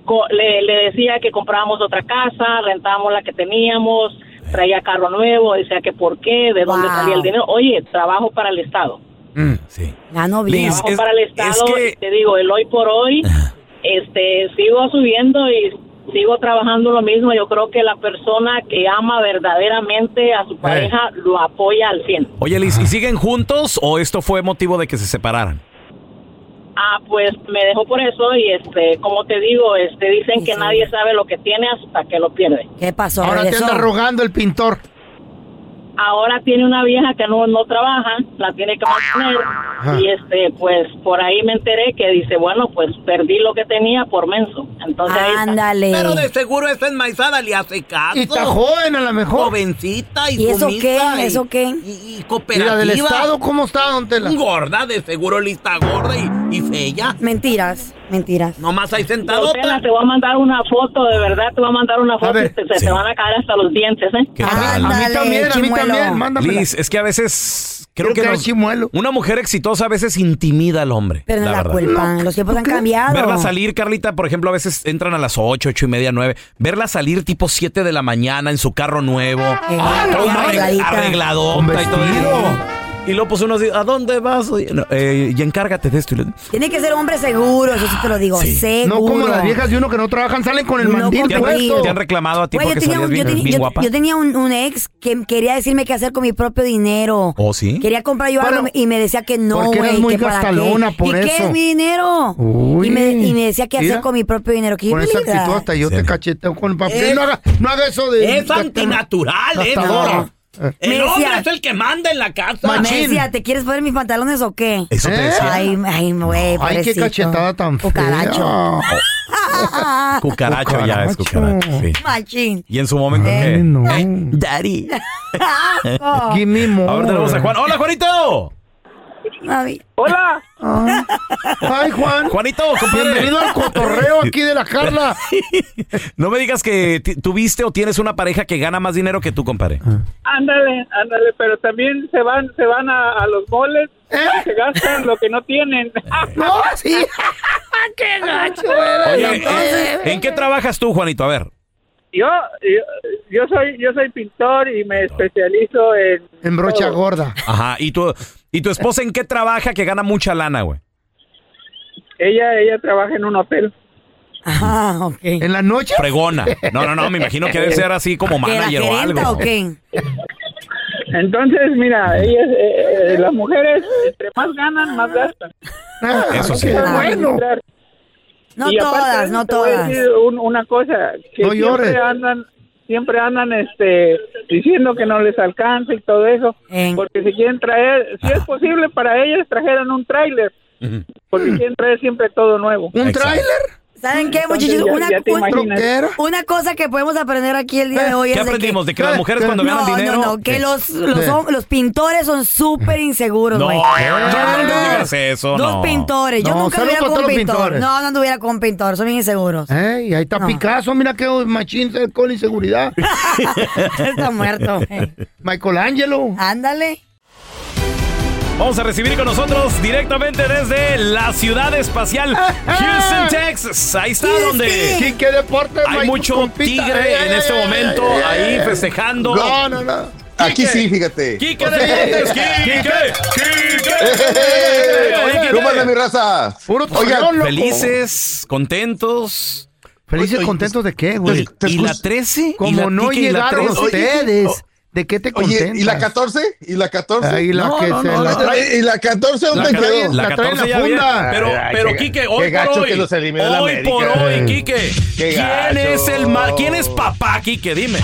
R: co- le, le decía que comprábamos otra casa, rentábamos la que teníamos, traía carro nuevo, decía que por qué, de dónde
E: Wow.
R: salía el dinero. Oye, trabajo para el Estado.
F: Mm,
E: Ganó Ah, bien.
R: trabajo para el Estado, y te digo, el hoy por hoy, este, sigo subiendo y sigo trabajando lo mismo. Yo creo que la persona que ama verdaderamente a su pareja lo apoya al 100.
D: Oye, Liz, ¿y siguen juntos o esto fue motivo de que se separaran?
R: Ah, pues me dejó por eso y este, como te digo, este, dicen que nadie sabe lo que tiene hasta que lo pierde.
E: ¿Qué pasó?
F: Ahora
E: Regresó.
F: te anda rogando el pintor.
R: Ahora tiene una vieja que no no trabaja, la tiene que mantener y este, pues por ahí me enteré que dice, bueno, pues perdí lo que tenía por menso. Entonces ahí está.
E: Ándale.
S: Pero de seguro esa enmaizada le hace caso.
F: Y está joven a lo mejor.
S: Jovencita y,
E: ¿Y eso
S: sumisa
E: qué?
S: y-
E: ¿Eso qué?
S: Y cooperativa.
F: ¿Y la del Estado cómo está, don Tela?
S: Gorda, de seguro lista gorda y, y fea.
E: Mentiras, mentiras.
S: Nomás ahí
R: Don
S: sentadota.
R: Tela, te voy a mandar una foto, de verdad, te voy a mandar una foto y te, se te van a caer hasta los dientes, ¿eh?
F: a mí también, a mí también. Mándame.
D: Liz, es que a veces creo
F: Quiero
D: que
F: quedar
D: nos- una mujer exitosa a veces intimida al hombre.
E: Pero no
D: la
E: es la
D: verdad.
E: culpa, los tiempos han cambiado.
D: Verla salir, Carlita, por ejemplo, a veces entran a las 8, 8 y media, 9. Verla salir tipo 7 de la mañana en su carro nuevo. Todo
E: ya
D: arreg-
E: arregladita.
D: arregladota y todo. Y luego pues uno dice, ¿a dónde vas? Oye, no, eh, y encárgate de esto. y lo-
E: Tiene que ser hombre seguro, eso sí te lo digo, seguro.
F: No como las viejas de uno que no trabajan, salen con el
E: No
F: mandil
D: ¿Te, han,
F: puesto.
D: te han reclamado a ti
E: Güey, yo
D: porque
E: tenía,
D: salías
E: un,
D: bien,
E: yo tenía-
D: bien
E: yo-
D: guapa?
E: yo tenía un- un ex que quería decirme qué hacer con mi propio dinero.
D: ¿Oh, sí?
E: Quería comprar yo algo y me decía que no,
F: porque eras
E: güey,
F: muy
E: que para
F: gastalona
E: qué.
F: por
E: ¿Y qué
F: eso.
E: es mi dinero?
F: Uy.
E: y, me, y me decía qué hacer
F: Mira.
E: con mi propio dinero. ¿Qué
F: Con esa
E: habilidad?
F: actitud hasta yo te cacheteo con el papel.
E: Eh,
F: no, haga, no haga eso de...
S: es antinatural, eh,
F: Gastadora. Eh.
S: El
E: Me
S: hombre
E: decía-
S: es el que manda en la casa.
E: Me decía, ¿te quieres poner mis pantalones o qué?
S: Eso te decía.
E: Ay, ay, güey,
F: Ay, qué
E: pobrecito. oh,
F: cachetada tan fea.
E: Cucaracho.
D: Cucaracho, ya es cucaracho. sí.
E: Machín.
D: Y en su momento, ¿qué? Ay, Daddy.
F: Give me more.
D: Ahora tenemos a Juan. ¡Hola, Juanito!
R: Hola.
F: Ay, Juan.
D: Juanito, compadre.
F: Bienvenido al cotorreo aquí de la Carla.
D: No me digas que ti- tuviste o tienes una pareja que gana más dinero que tú, compadre.
F: Ah.
C: Ándale, ándale, pero también se van, se van a, a los moles, y se gastan lo que no tienen.
F: ¿Eh? No, sí. ¡Qué gacho
D: Oye, ¿en- ¿en qué trabajas tú, Juanito? A ver.
C: Yo, yo, yo soy, yo soy pintor y me especializo en
F: En brocha gorda.
D: Ajá. ¿Y tu, ¿Y tu esposa en qué trabaja que gana mucha lana, güey?
C: ella, ella trabaja en un hotel.
E: Ah, ok.
F: ¿En la noche?
D: Fregona. No, no, no, me imagino que debe ser así como
C: ¿Que la
D: manager o
C: gerenta
D: algo.
C: o qué? Entonces, mira, ellas, eh, eh, las mujeres, entre más ganan, más gastan.
D: Eso sí.
C: Quieren administrar.
E: No
C: Y aparte,
E: todas, no
C: te voy a
E: todas.
C: decir un- una cosa, que
E: No llores.
C: siempre andan, siempre andan este, diciendo que no les alcanza y todo eso, porque si quieren traer, si es posible para ellas, trajeran un tráiler, porque quieren traer siempre todo nuevo.
F: ¿Un
E: ¿Saben qué,
C: Entonces,
E: muchachos?
C: ya-
E: Una,
C: ya te
E: un-
C: imaginas. Troquero.
E: una cosa que podemos aprender aquí el día
F: Eh,
E: de hoy
D: ¿Qué
E: es de que...
D: aprendimos? ¿De que las mujeres cuando
E: no,
D: ganan
E: no,
D: dinero?
E: No, que
D: ¿Qué?
E: los, los,
D: ¿Qué?
E: hom- los pintores son súper inseguros,
D: No,
E: güey.
D: no, no digas eso,
E: Dos
D: no.
E: pintores. Yo
F: No,
E: nunca
F: saludos
E: anduviera
F: para
E: con un
F: todos los
E: pintor.
F: pintores.
E: No, no anduviera con un pintor. Son bien inseguros.
F: Ey, ahí está
E: No.
F: Picasso, mira qué machín con inseguridad.
E: está muerto. eh.
F: Michelangelo.
E: Ándale.
D: Vamos a recibir con nosotros directamente desde la ciudad espacial Houston, Texas. Ahí está donde
F: Ah, Sí, qué deporte.
D: hay mucho tigre en este momento ahí festejando.
F: No, no, no.
B: Aquí sí, fíjate.
D: Quique Deportes, Quique,
B: ¡Eh!
D: Oye, Quique.
B: ¿Cómo anda mi raza? Oigan,
D: felices, contentos.
F: Felices,
D: Oye, pues,
F: contentos de qué, güey.
D: ¿Y la 13? ¿Y
F: Como
D: la
F: no
D: Quique y la
F: llegaron
D: 13?
F: ustedes.
D: Oye,
F: ¿De qué te
B: Oye,
F: contentas?
B: ¿y la 14? ¿Y la 14?
F: Ay, la que se la trae-
B: ¿Y la 14 dónde
F: La trae-
B: quedó?
F: la La trae en la 14 ya funda. viene.
D: Pero,
B: Ay,
D: pero
B: qué-
D: Quique,
B: qué
D: hoy por
B: gacho
D: hoy,
B: que los eliminó la
D: hoy
B: América.
D: por hoy,
B: Ay.
D: Quique,
B: Qué
D: ¿quién
B: gacho.
D: es el más, quién es papá, Quique? Dime.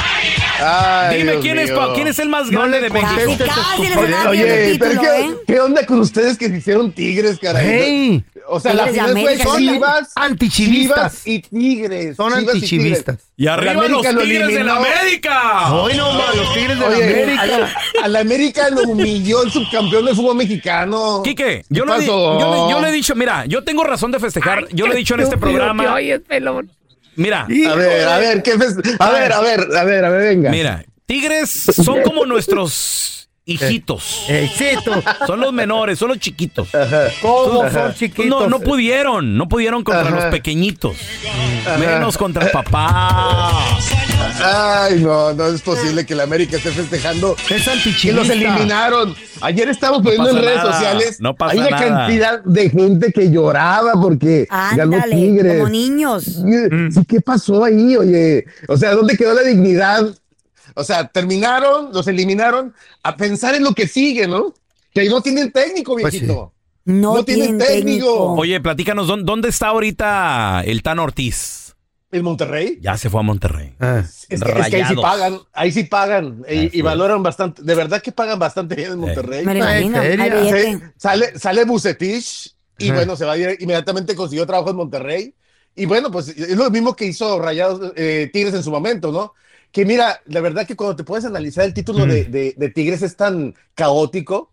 B: Ay,
D: Dime
B: Dios
D: quién es,
B: mío.
D: pa- quién es el más
B: No
D: grande
B: le
D: de México.
B: contestes a tu-
F: ¿eh?
B: Oye, oye, pero ¿qué, qué onda con ustedes que se hicieron tigres, caray?
F: Hey.
B: O sea, la
F: Tigres de
B: final fue
F: América, sí.
B: Chivas,
F: Antichivistas.
B: Chivas y Tigres.
F: Son
B: Chivas y Tigres.
F: antichivistas.
D: Y arriba
B: La América
D: los
B: lo
D: Tigres de la
B: eliminó.
D: América.
F: Hoy nomás, los Tigres de la
B: Oye,
F: América.
B: A la, a la América lo humilló el subcampeón del fútbol mexicano.
D: Quique, yo,
B: ¿Qué
D: lo di-
B: pasó?
D: yo le, yo le he dicho, mira, yo tengo razón de festejar. yo le he dicho en este programa. Mira.
B: A ver, a ver, ¿qué fes- A ver, a ver, a ver, a ver, venga.
D: Mira, tigres son como nuestros hijitos.
F: Hijitos.
D: Son los menores, son los chiquitos.
F: ¿Cómo
D: Ajá.
F: son chiquitos?
D: No, no pudieron, no pudieron contra
B: Ajá.
D: los pequeñitos.
B: Ajá.
D: Menos contra papá.
B: Ay, no, no es posible que la América esté festejando.
F: Es
B: Que los eliminaron. Ayer estábamos poniendo
D: pasa
B: en redes
D: nada,
B: sociales.
D: no pasa
B: Hay una
D: nada.
B: cantidad de gente que lloraba porque ganó
E: Ándale,
B: Tigres.
E: como niños.
B: Y- sí, ¿Qué pasó ahí, oye? O sea, ¿dónde quedó la dignidad? O sea, terminaron, los eliminaron a pensar en lo que sigue, ¿no? Que ahí no tienen técnico,
D: Pues
B: viejito.
E: No,
B: tienen técnico.
D: Oye, platícanos, ¿dó- ¿dónde está ahorita el Tan Ortiz?
B: ¿En Monterrey?
D: Ya se fue a Monterrey.
B: Es que, es que ahí sí
D: Rayados.
B: pagan, ahí sí pagan eh, y, valoran bastante, de verdad que pagan bastante bien en Monterrey.
E: Me lo imagino, hay
B: Feria.
E: billete.
B: Sí, sale, sale Bucetich y
F: Ajá.
B: bueno, se va a ir, inmediatamente consiguió trabajo en Monterrey. Y bueno, pues es lo mismo que hizo Rayados eh, Tigres en su momento, ¿no? Que mira, la verdad que cuando te puedes analizar el título de, de- de Tigres es tan caótico,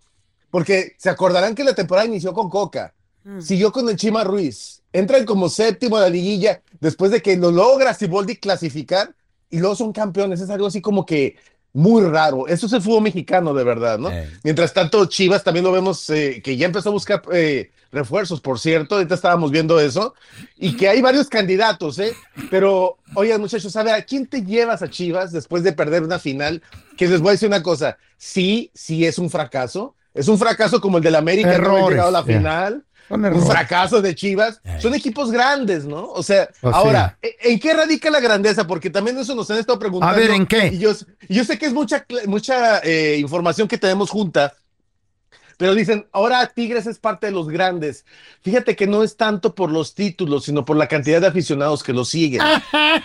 B: porque se acordarán que la temporada inició con Coca,
E: Mm.
H: Mm.
B: siguió con el Chima Ruiz, entran como séptimo a la liguilla después de que lo logra Siboldi clasificar y luego son campeones. Es algo así como que muy raro. Eso es el fútbol mexicano, de verdad, ¿no? Mientras tanto, Chivas también lo vemos eh, que ya empezó a buscar eh, refuerzos, por cierto. Ahorita estábamos viendo eso y que hay varios candidatos, ¿eh? Pero, oigan, muchachos, a ver, ¿a quién te llevas a Chivas después de perder una final? Que les voy a decir una cosa. Sí, sí es un fracaso. Es un fracaso como el del América, no haber
F: Errores,
B: llegado a la
F: ya.
B: final.
F: Son
B: Un
F: errores.
B: fracaso de Chivas. Son equipos grandes, ¿no? O sea,
F: Pues sí.
B: ahora, ¿e, ¿En en qué radica la grandeza? Porque también eso nos han estado preguntando.
F: A ver, ¿en qué?
B: Y yo, y yo sé que es mucha, cl- mucha eh, información que tenemos junta, pero dicen, ahora Tigres es parte de los grandes. Fíjate que no es tanto por los títulos, sino por la cantidad de aficionados que lo siguen.
F: Ah,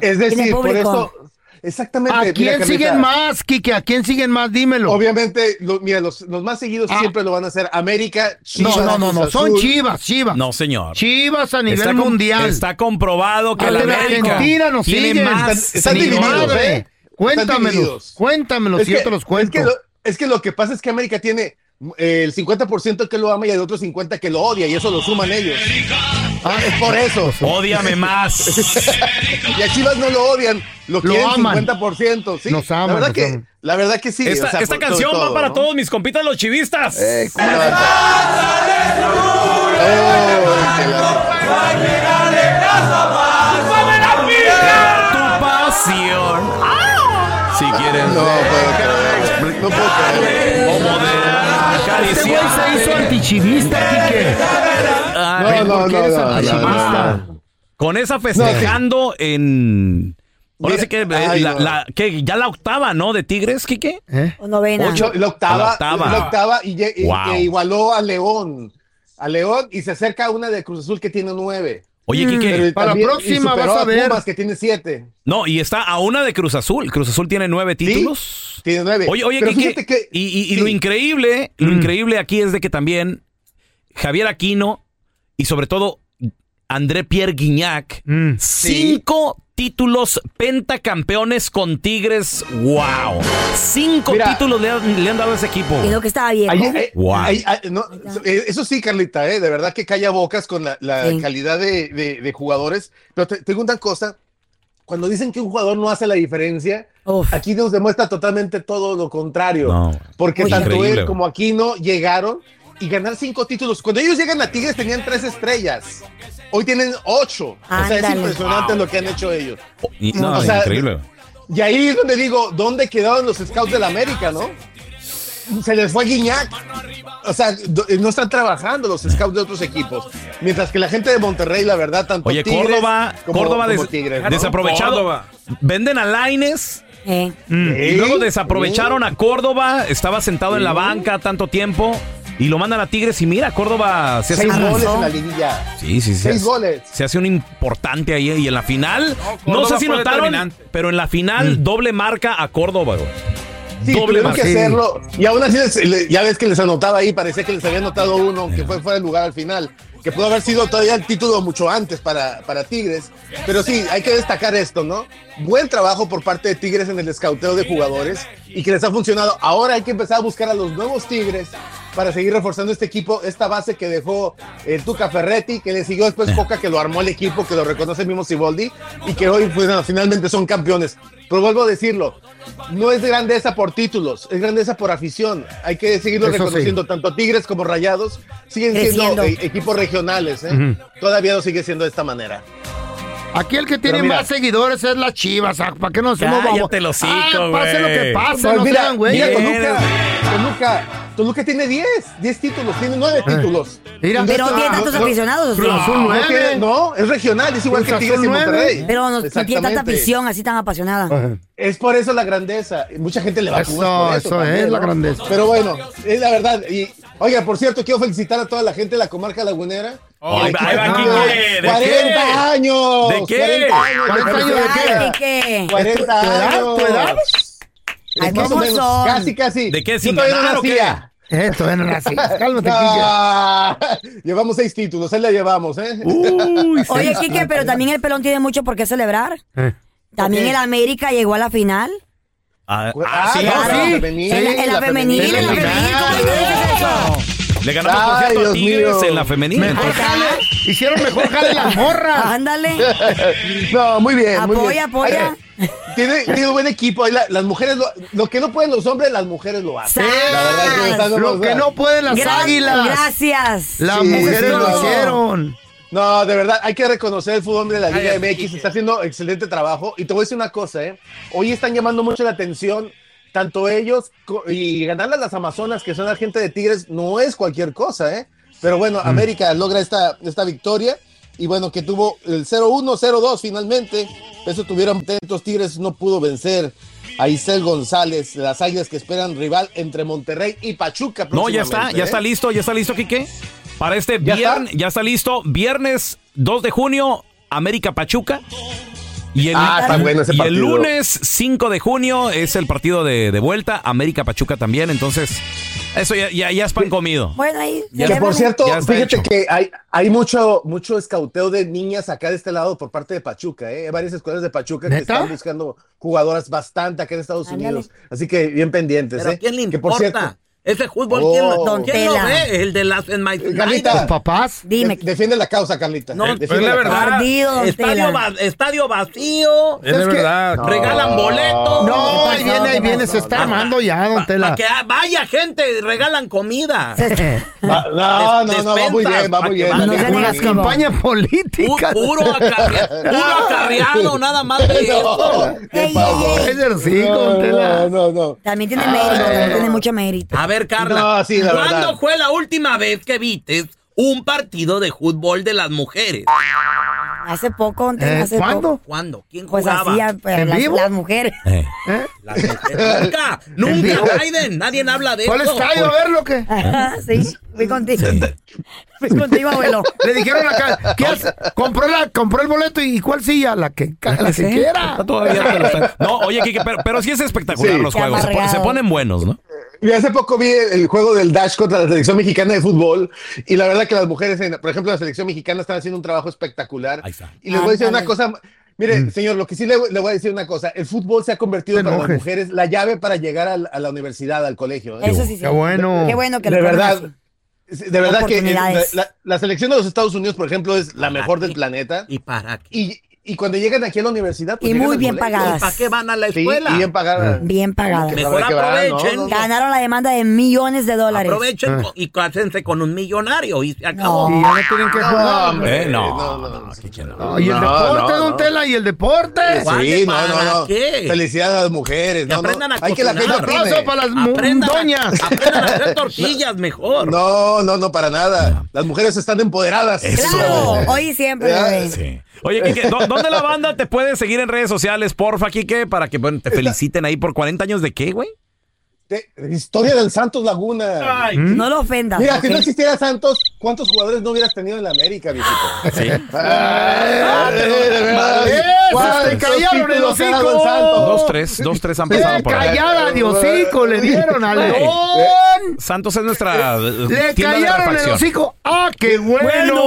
B: es
F: Tiene
B: decir, por
F: público.
B: eso... Exactamente.
F: ¿A
B: mira,
F: quién
B: Carlita,
F: siguen más, Kike? ¿A quién siguen más? Dímelo. Ah.
B: Obviamente, lo- mira, los, los más seguidos siempre lo van a hacer América, Chivas.
F: no, no, no, no,
B: Cruz
F: son
B: Azul.
F: Chivas, Chivas.
D: No, señor.
F: Chivas a nivel
D: Está com-
F: mundial.
D: Está comprobado que la
F: Hasta en
D: América
F: Argentina nos
D: tiene
F: siguen.
D: más
F: Están- están
D: seguidores.
F: divididos, ¿eh? Cuéntamelos, cuéntamelos, y yo te los cuento.
B: Es que, lo, es que lo que pasa es que América tiene eh, el 50% que lo ama y el otro 50% que lo odia, y eso lo suman ellos. Ah, es por eso.
D: Ódiame más.
B: y a Chivas no lo odian, lo
D: Lo
B: quieren
D: aman.
B: 50%. ¿sí?
F: Nos aman,
B: La verdad,
F: nos
B: que,
F: aman.
B: la verdad que sí.
D: esta
B: o sea,
D: esta
B: por- sobre
D: canción va
B: todo,
D: para
B: ¿no? Eh,
D: todos mis compitas los chivistas. Tu pasión. Si quieres. No
B: puedo creer. No puedo creer.
D: Como de
F: Este güey
D: acariciar.
F: se hizo antichivista, Kike.
B: No, no,
F: ¿por qué
B: no,
F: eres
B: no, no,
F: antichivista?
B: no, no.
D: Con esa festejando en Ahora sí que, eh,
B: ay,
D: la-
B: no. ¿Eh?
D: la- ¿qué? ya la octava, ¿no? De Tigres, Quique.
E: Novena.
B: Ocho, la octava,
D: La
B: la
D: octava.
B: octava, y, ye- y
D: Wow.
B: que igualó a León, a León y se acerca a una de Cruz Azul que tiene nueve.
D: Oye, Quique.
B: Pero
D: Para la
B: también- y
D: próxima
B: superó
D: vas a ver.
B: Pumas que tiene siete.
D: No, y está a una de Cruz Azul. Cruz Azul tiene nueve títulos.
B: Tiene nueve.
D: Oye, oye,
B: Pero
D: Quique,
B: fíjate que-
D: y, y- y
B: sí. Mm.
D: lo increíble, lo increíble aquí es de que también Javier Aquino y sobre todo André Pierre Guignac,
B: Mm.
D: cinco títulos pentacampeones con Tigres. ¡Wow! Cinco títulos le han, le han dado a ese equipo.
E: Y lo que estaba bien.
B: Ayer, eh,
D: Wow.
B: ay, ay, no, eh, eso sí, Carlita, eh, de verdad que calla bocas con la, la calidad de, de- de jugadores. Pero te, te digo una cosa, cuando dicen que un jugador no hace la diferencia, aquí nos demuestra totalmente todo lo contrario. Porque
D: Oye.
B: tanto
D: Increíble.
B: él como Aquino llegaron y ganar cinco títulos. Cuando ellos llegan a Tigres tenían tres estrellas. Hoy tienen ocho. O sea, es
D: Ándale.
B: impresionante
D: Wow.
B: lo que han hecho ellos.
D: Y- no,
B: O sea,
D: increíble.
B: y ahí es donde digo, ¿dónde quedaron los scouts de la América, no? Se les fue Guiñac. O sea, do- eh, no están trabajando los scouts de otros equipos. Mientras que la gente de Monterrey, la verdad, tanto
D: Oye,
B: Tigres
D: Córdoba,
B: como-
D: Córdoba
B: como
D: des-
B: Tigres, ¿no?
D: desaprovechado. Venden a Laines. Mm, Y
B: ¿Eh?
D: luego desaprovecharon a Córdoba. Estaba sentado en la banca tanto tiempo. Y lo mandan a Tigres. Y mira, Córdoba se hace
B: Seis
D: un-
B: goles en la liguilla.
D: Sí, sí, sí.
B: Seis
D: se-
B: goles.
D: Se hace un importante ahí. Y en la final,
B: No,
D: no,
B: Córdoba
D: sé si
B: fue
D: notaron,
B: determinante.
D: pero en la final, doble marca a Córdoba, güey.
B: Sí, tuvieron que hacerlo. Y aún así, les- le- ya ves que les anotaba ahí, parecía que les había anotado uno, que fue fuera de lugar al final, que pudo haber sido todavía el título mucho antes para, para Tigres. Pero sí, hay que destacar esto, ¿no? Buen trabajo por parte de Tigres en el escauteo de jugadores y que les ha funcionado. Ahora hay que empezar a buscar a los nuevos Tigres para seguir reforzando este equipo, esta base que dejó el Tuca Ferretti, que le siguió después Coca, que lo armó el equipo, que lo reconoce el mismo Siboldi, y que hoy pues, no, finalmente son campeones. Pero vuelvo a decirlo, no es grandeza por títulos, es grandeza por afición. Hay que seguirlo
F: Eso sí.
B: reconociendo, tanto Tigres como Rayados siguen
F: Creciendo.
B: siendo eh, equipos regionales, ¿eh?
F: Ujú.
B: todavía no sigue siendo de esta manera.
F: Aquí el que tiene
B: Pero mira.
F: más seguidores es las chivas. ah, ¿Para qué nos hacemos babos?
D: Cállate el hocico,
F: Ah, Pase lo que
D: güey.
F: pase,
B: Pues
F: no
B: mira,
F: sean güey.
B: mira, Toluca, Toluca, Toluca tiene 10, 10 títulos, tiene 9 títulos.
F: Mira. Pero no tiene tantos aficionados, Eh. Cruz Azul
B: no
F: nueve.
B: tiene- No, es regional, es igual
F: Cruz
B: que Tigres
F: Azul
B: y
F: nueve.
B: Monterrey.
E: Pero no, no tiene tanta
B: Exactamente.
E: afición así tan apasionada.
B: Es por eso la grandeza. Mucha gente le va a
F: Eso,
B: jugar.
F: eso es la grandeza.
B: Pero bueno, es la verdad. Y, oiga, por cierto, quiero felicitar a toda la gente de la comarca lagunera.
D: Oh,
B: El
D: ahí va- ahí va,
B: equipo
D: Quique,
B: cumplió
D: ¿de qué?
B: 40 años.
D: ¿De qué?
B: 40 años.
D: 40 años
E: Ay, ¿qué?
B: 40 años.
F: ¿Tu edad?
B: Ay, más o
F: ¿cómo
B: menos,
F: son?
B: Casi, casi.
D: ¿De qué?
B: Yo
D: ¿Sin
B: todavía no
D: ganar o qué?
B: nacía.
F: Esto no era así. Cálmate,
B: Ah, Llevamos seis títulos, ahí la llevamos, ¿eh?
E: Oye, Kike, pero también el pelón tiene mucho por qué celebrar.
F: Eh.
E: También
B: Ok.
E: el América llegó a la final.
D: Ah, ah, sí,
B: claro,
D: sí.
B: la femenil,
E: En la- en la
B: la
E: femenil, en la
B: femenil.
E: femenil,
D: Le ganamos, por cierto, a
B: Dios
D: Tigres
B: mío.
D: en la femenina.
F: Mejor jale- Hicieron mejor jale las morras.
E: Ándale.
B: No, muy bien. muy
E: Apoya,
B: bien.
E: apoya.
B: Ay, Tiene, tiene un buen equipo. ahí la- las mujeres, lo, lo que no pueden los hombres, las mujeres lo hacen. La verdad es que esa no
F: Lo
B: nos
F: que
B: da.
F: no pueden las
E: Gra-
F: águilas.
E: Gracias.
F: Las
B: Sí,
F: mujeres
B: eso es
F: lo
B: todo.
F: hicieron.
B: No, de verdad, hay que reconocer el fútbol de la Liga
F: Cállate,
B: MX. Está haciendo excelente trabajo. Y te voy a decir una cosa, ¿eh? Hoy están llamando mucho la atención, tanto ellos co- y ganarle a las Amazonas, que son la gente de Tigres, no es cualquier cosa, ¿eh? Pero bueno,
D: Mm.
B: América logra esta, esta victoria. Y bueno, que tuvo el 0-1, 0-2 finalmente. Eso tuvieron atentos. Tigres no pudo vencer a Isel González, de las águilas que esperan rival entre Monterrey y Pachuca.
D: No, ya está,
B: próximamente,
D: ya
B: ¿eh?
D: está listo, ya está listo, Quique. Para este
B: ¿Ya está?
D: viernes, ya está listo. Viernes 2 de junio, América Pachuca. Y el,
B: Ah, está bueno ese
D: y el
B: partido.
D: lunes 5 de junio es el partido de, de vuelta, América Pachuca también. Entonces, eso ya, ya, ya es pan comido.
E: Bueno, ahí.
D: Ya
B: que
D: está.
B: por cierto,
D: Ya está
B: fíjate
D: hecho.
B: que hay, hay mucho, mucho escauteo de niñas acá de este lado por parte de Pachuca, ¿eh? Hay varias escuelas de Pachuca que
F: ¿Neta?
B: están buscando jugadoras bastante acá en Estados Unidos. Así que bien pendientes,
S: ¿Pero
B: ¿eh?
S: a quién le
B: Que por cierto,
S: importa? Ese fútbol,
B: Oh. Eh,
S: ¿quién, lo-
B: Don
S: quién lo
B: Tela.
S: ve? El de las enmaizonitas.
B: Carlita,
F: papás?
E: Dime.
B: defiende la causa, Carlita.
S: No,
B: Defiende
S: es la
B: causa.
S: verdad. estadio, va- estadio vacío.
B: Es de
S: que
B: verdad.
S: Regalan
B: No.
S: boletos.
F: Pues, No, ahí viene, ahí viene, se está armando ya, don
S: Para
F: Tela.
S: que vaya gente, regalan comida.
B: Va- No, no, no, va muy bien, va muy bien.
F: Con
B: Dale,
F: las
B: Carlita.
F: campañas políticas.
S: Puro, acarre- puro acarreado, nada más de eso.
E: Ey, ey, ey.
F: Es del cinco, don
B: No,
F: Tela.
B: no, Ah, no.
E: También tiene mérito, también tiene mucho mérito.
S: A ver, Carla,
B: No, sí, la
S: ¿cuándo
B: verdad.
S: fue la última vez que viste un partido de fútbol de las mujeres?
E: Hace poco, antes,
D: Eh,
E: hace
D: ¿cuándo?
E: po-
D: ¿Cuándo? ¿Quién
E: Pues
D: jugaba?
E: así, ah, pues,
D: ¿En
E: las,
D: vivo?
E: las mujeres.
B: ¿Eh?
D: Nunca,
E: En
D: nunca,
E: vivo.
D: Biden. Nadie habla de
F: ¿Cuál
D: eso.
F: es callo? A ver lo que.
E: sí, fui contigo. Fui contigo, abuelo.
F: Le dijeron acá, ¿qué hace? Compró, la, compró el boleto y ¿cuál silla? La que, ca- la que
D: Sí.
F: quiera.
D: Está todavía te lo están- No, oye, Kike, pero, pero sí es espectacular
B: Sí.
D: los
B: Qué
D: juegos. Se, pon-
B: amargado.
D: se ponen buenos, ¿no?
B: Y hace poco vi el juego del Dash contra la selección mexicana de fútbol y la verdad que las mujeres, en- por ejemplo, la selección mexicana están haciendo un trabajo espectacular. Y les voy a decir una cosa, mire,
D: Mm.
B: señor, lo que sí le, le voy a decir una cosa, el fútbol se ha convertido
F: Te
B: para las
F: enojes.
B: mujeres la llave para llegar al- a, la universidad, al colegio. ¿eh?
E: Eso sí, sí.
F: Qué bueno.
E: Qué bueno que lo
B: de
E: ponen
B: verdad, de verdad que eh, la,
E: Oportunidades.
B: la- la selección de los Estados Unidos, por ejemplo, es la mejor del planeta.
D: ¿Y para qué?
B: Y, y cuando llegan aquí a la universidad, pues
E: Y
B: llegan
E: muy
B: al
E: bien
B: colegio.
E: pagadas. Eh.
D: van a la
B: Sí, y bien pagadas.
E: Bien pagadas.
B: Mejor Para que van, ¿no? aprovechen. No, no, no.
E: Ganaron la demanda de millones de dólares.
D: Aprovechen co- y cásense con un millonario y se acabó.
F: Y ya Ah. no tienen que jugar.
D: hombre, Eh, no.
F: No, y el deporte, don Tela, y el deporte.
B: Sí, no, no, no. Felicidades a las mujeres.
F: Que
B: no, no.
F: aprendan a
B: Hay que la gente
F: cocinar.
B: aprende.
F: Aplauso para las mu- Aprendan a- doñas.
D: aprendan a hacer tortillas mejor.
B: No, no, no, para nada. Las mujeres están empoderadas.
E: Claro, hoy y siempre,
B: Ya.
E: güey.
D: Oye, Kike, ¿dó- ¿dónde la banda te puede seguir en redes sociales, porfa, Kike? Para que bueno, te feliciten ahí por 40 años de qué, güey.
B: De- Historia del Santos Laguna.
D: ¿Mm?
E: No lo ofendas.
B: Mira,
E: ¿ok?
B: si no existiera Santos, ¿cuántos jugadores no hubieras tenido en la América, viejito?
D: Sí.
B: Ah, de verdad.
F: Eh,
B: ¿Cuántos
F: se te callaron el
B: títulos ha dado el
F: hocico.
B: Santos?
D: Dos, tres, dos, tres han
F: Se
D: pasado por ahí.
F: callada, Diosico, le dieron al
D: Güey.
F: león.
D: Santos es nuestra. eh,
F: Le
D: tienda de
F: callaron el
D: refacción.
F: hocico. ¡Ah, qué bueno!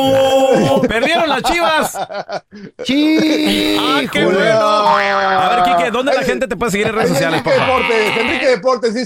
D: Bueno, perdieron las chivas.
F: ¡Sí!
D: ¡Ah, qué
F: Híjole.
D: bueno! A ver, Kike, ¿dónde la gente te puede seguir en redes sociales,
B: Enrique
D: porfa?
B: Deportes, Enrique Deportes,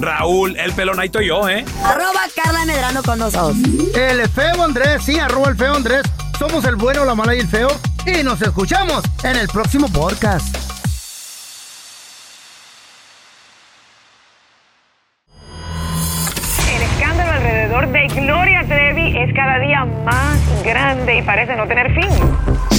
D: Raúl el Pelón, ahí estoy yo, ¿eh?
E: Arroba Carla Medrano con nosotros.
F: El feo Andrés, sí, arroba el feo Andrés. Somos el bueno, la mala y el feo. Y nos escuchamos en el próximo podcast.
T: El escándalo alrededor de Gloria Trevi es cada día más grande y parece no tener fin.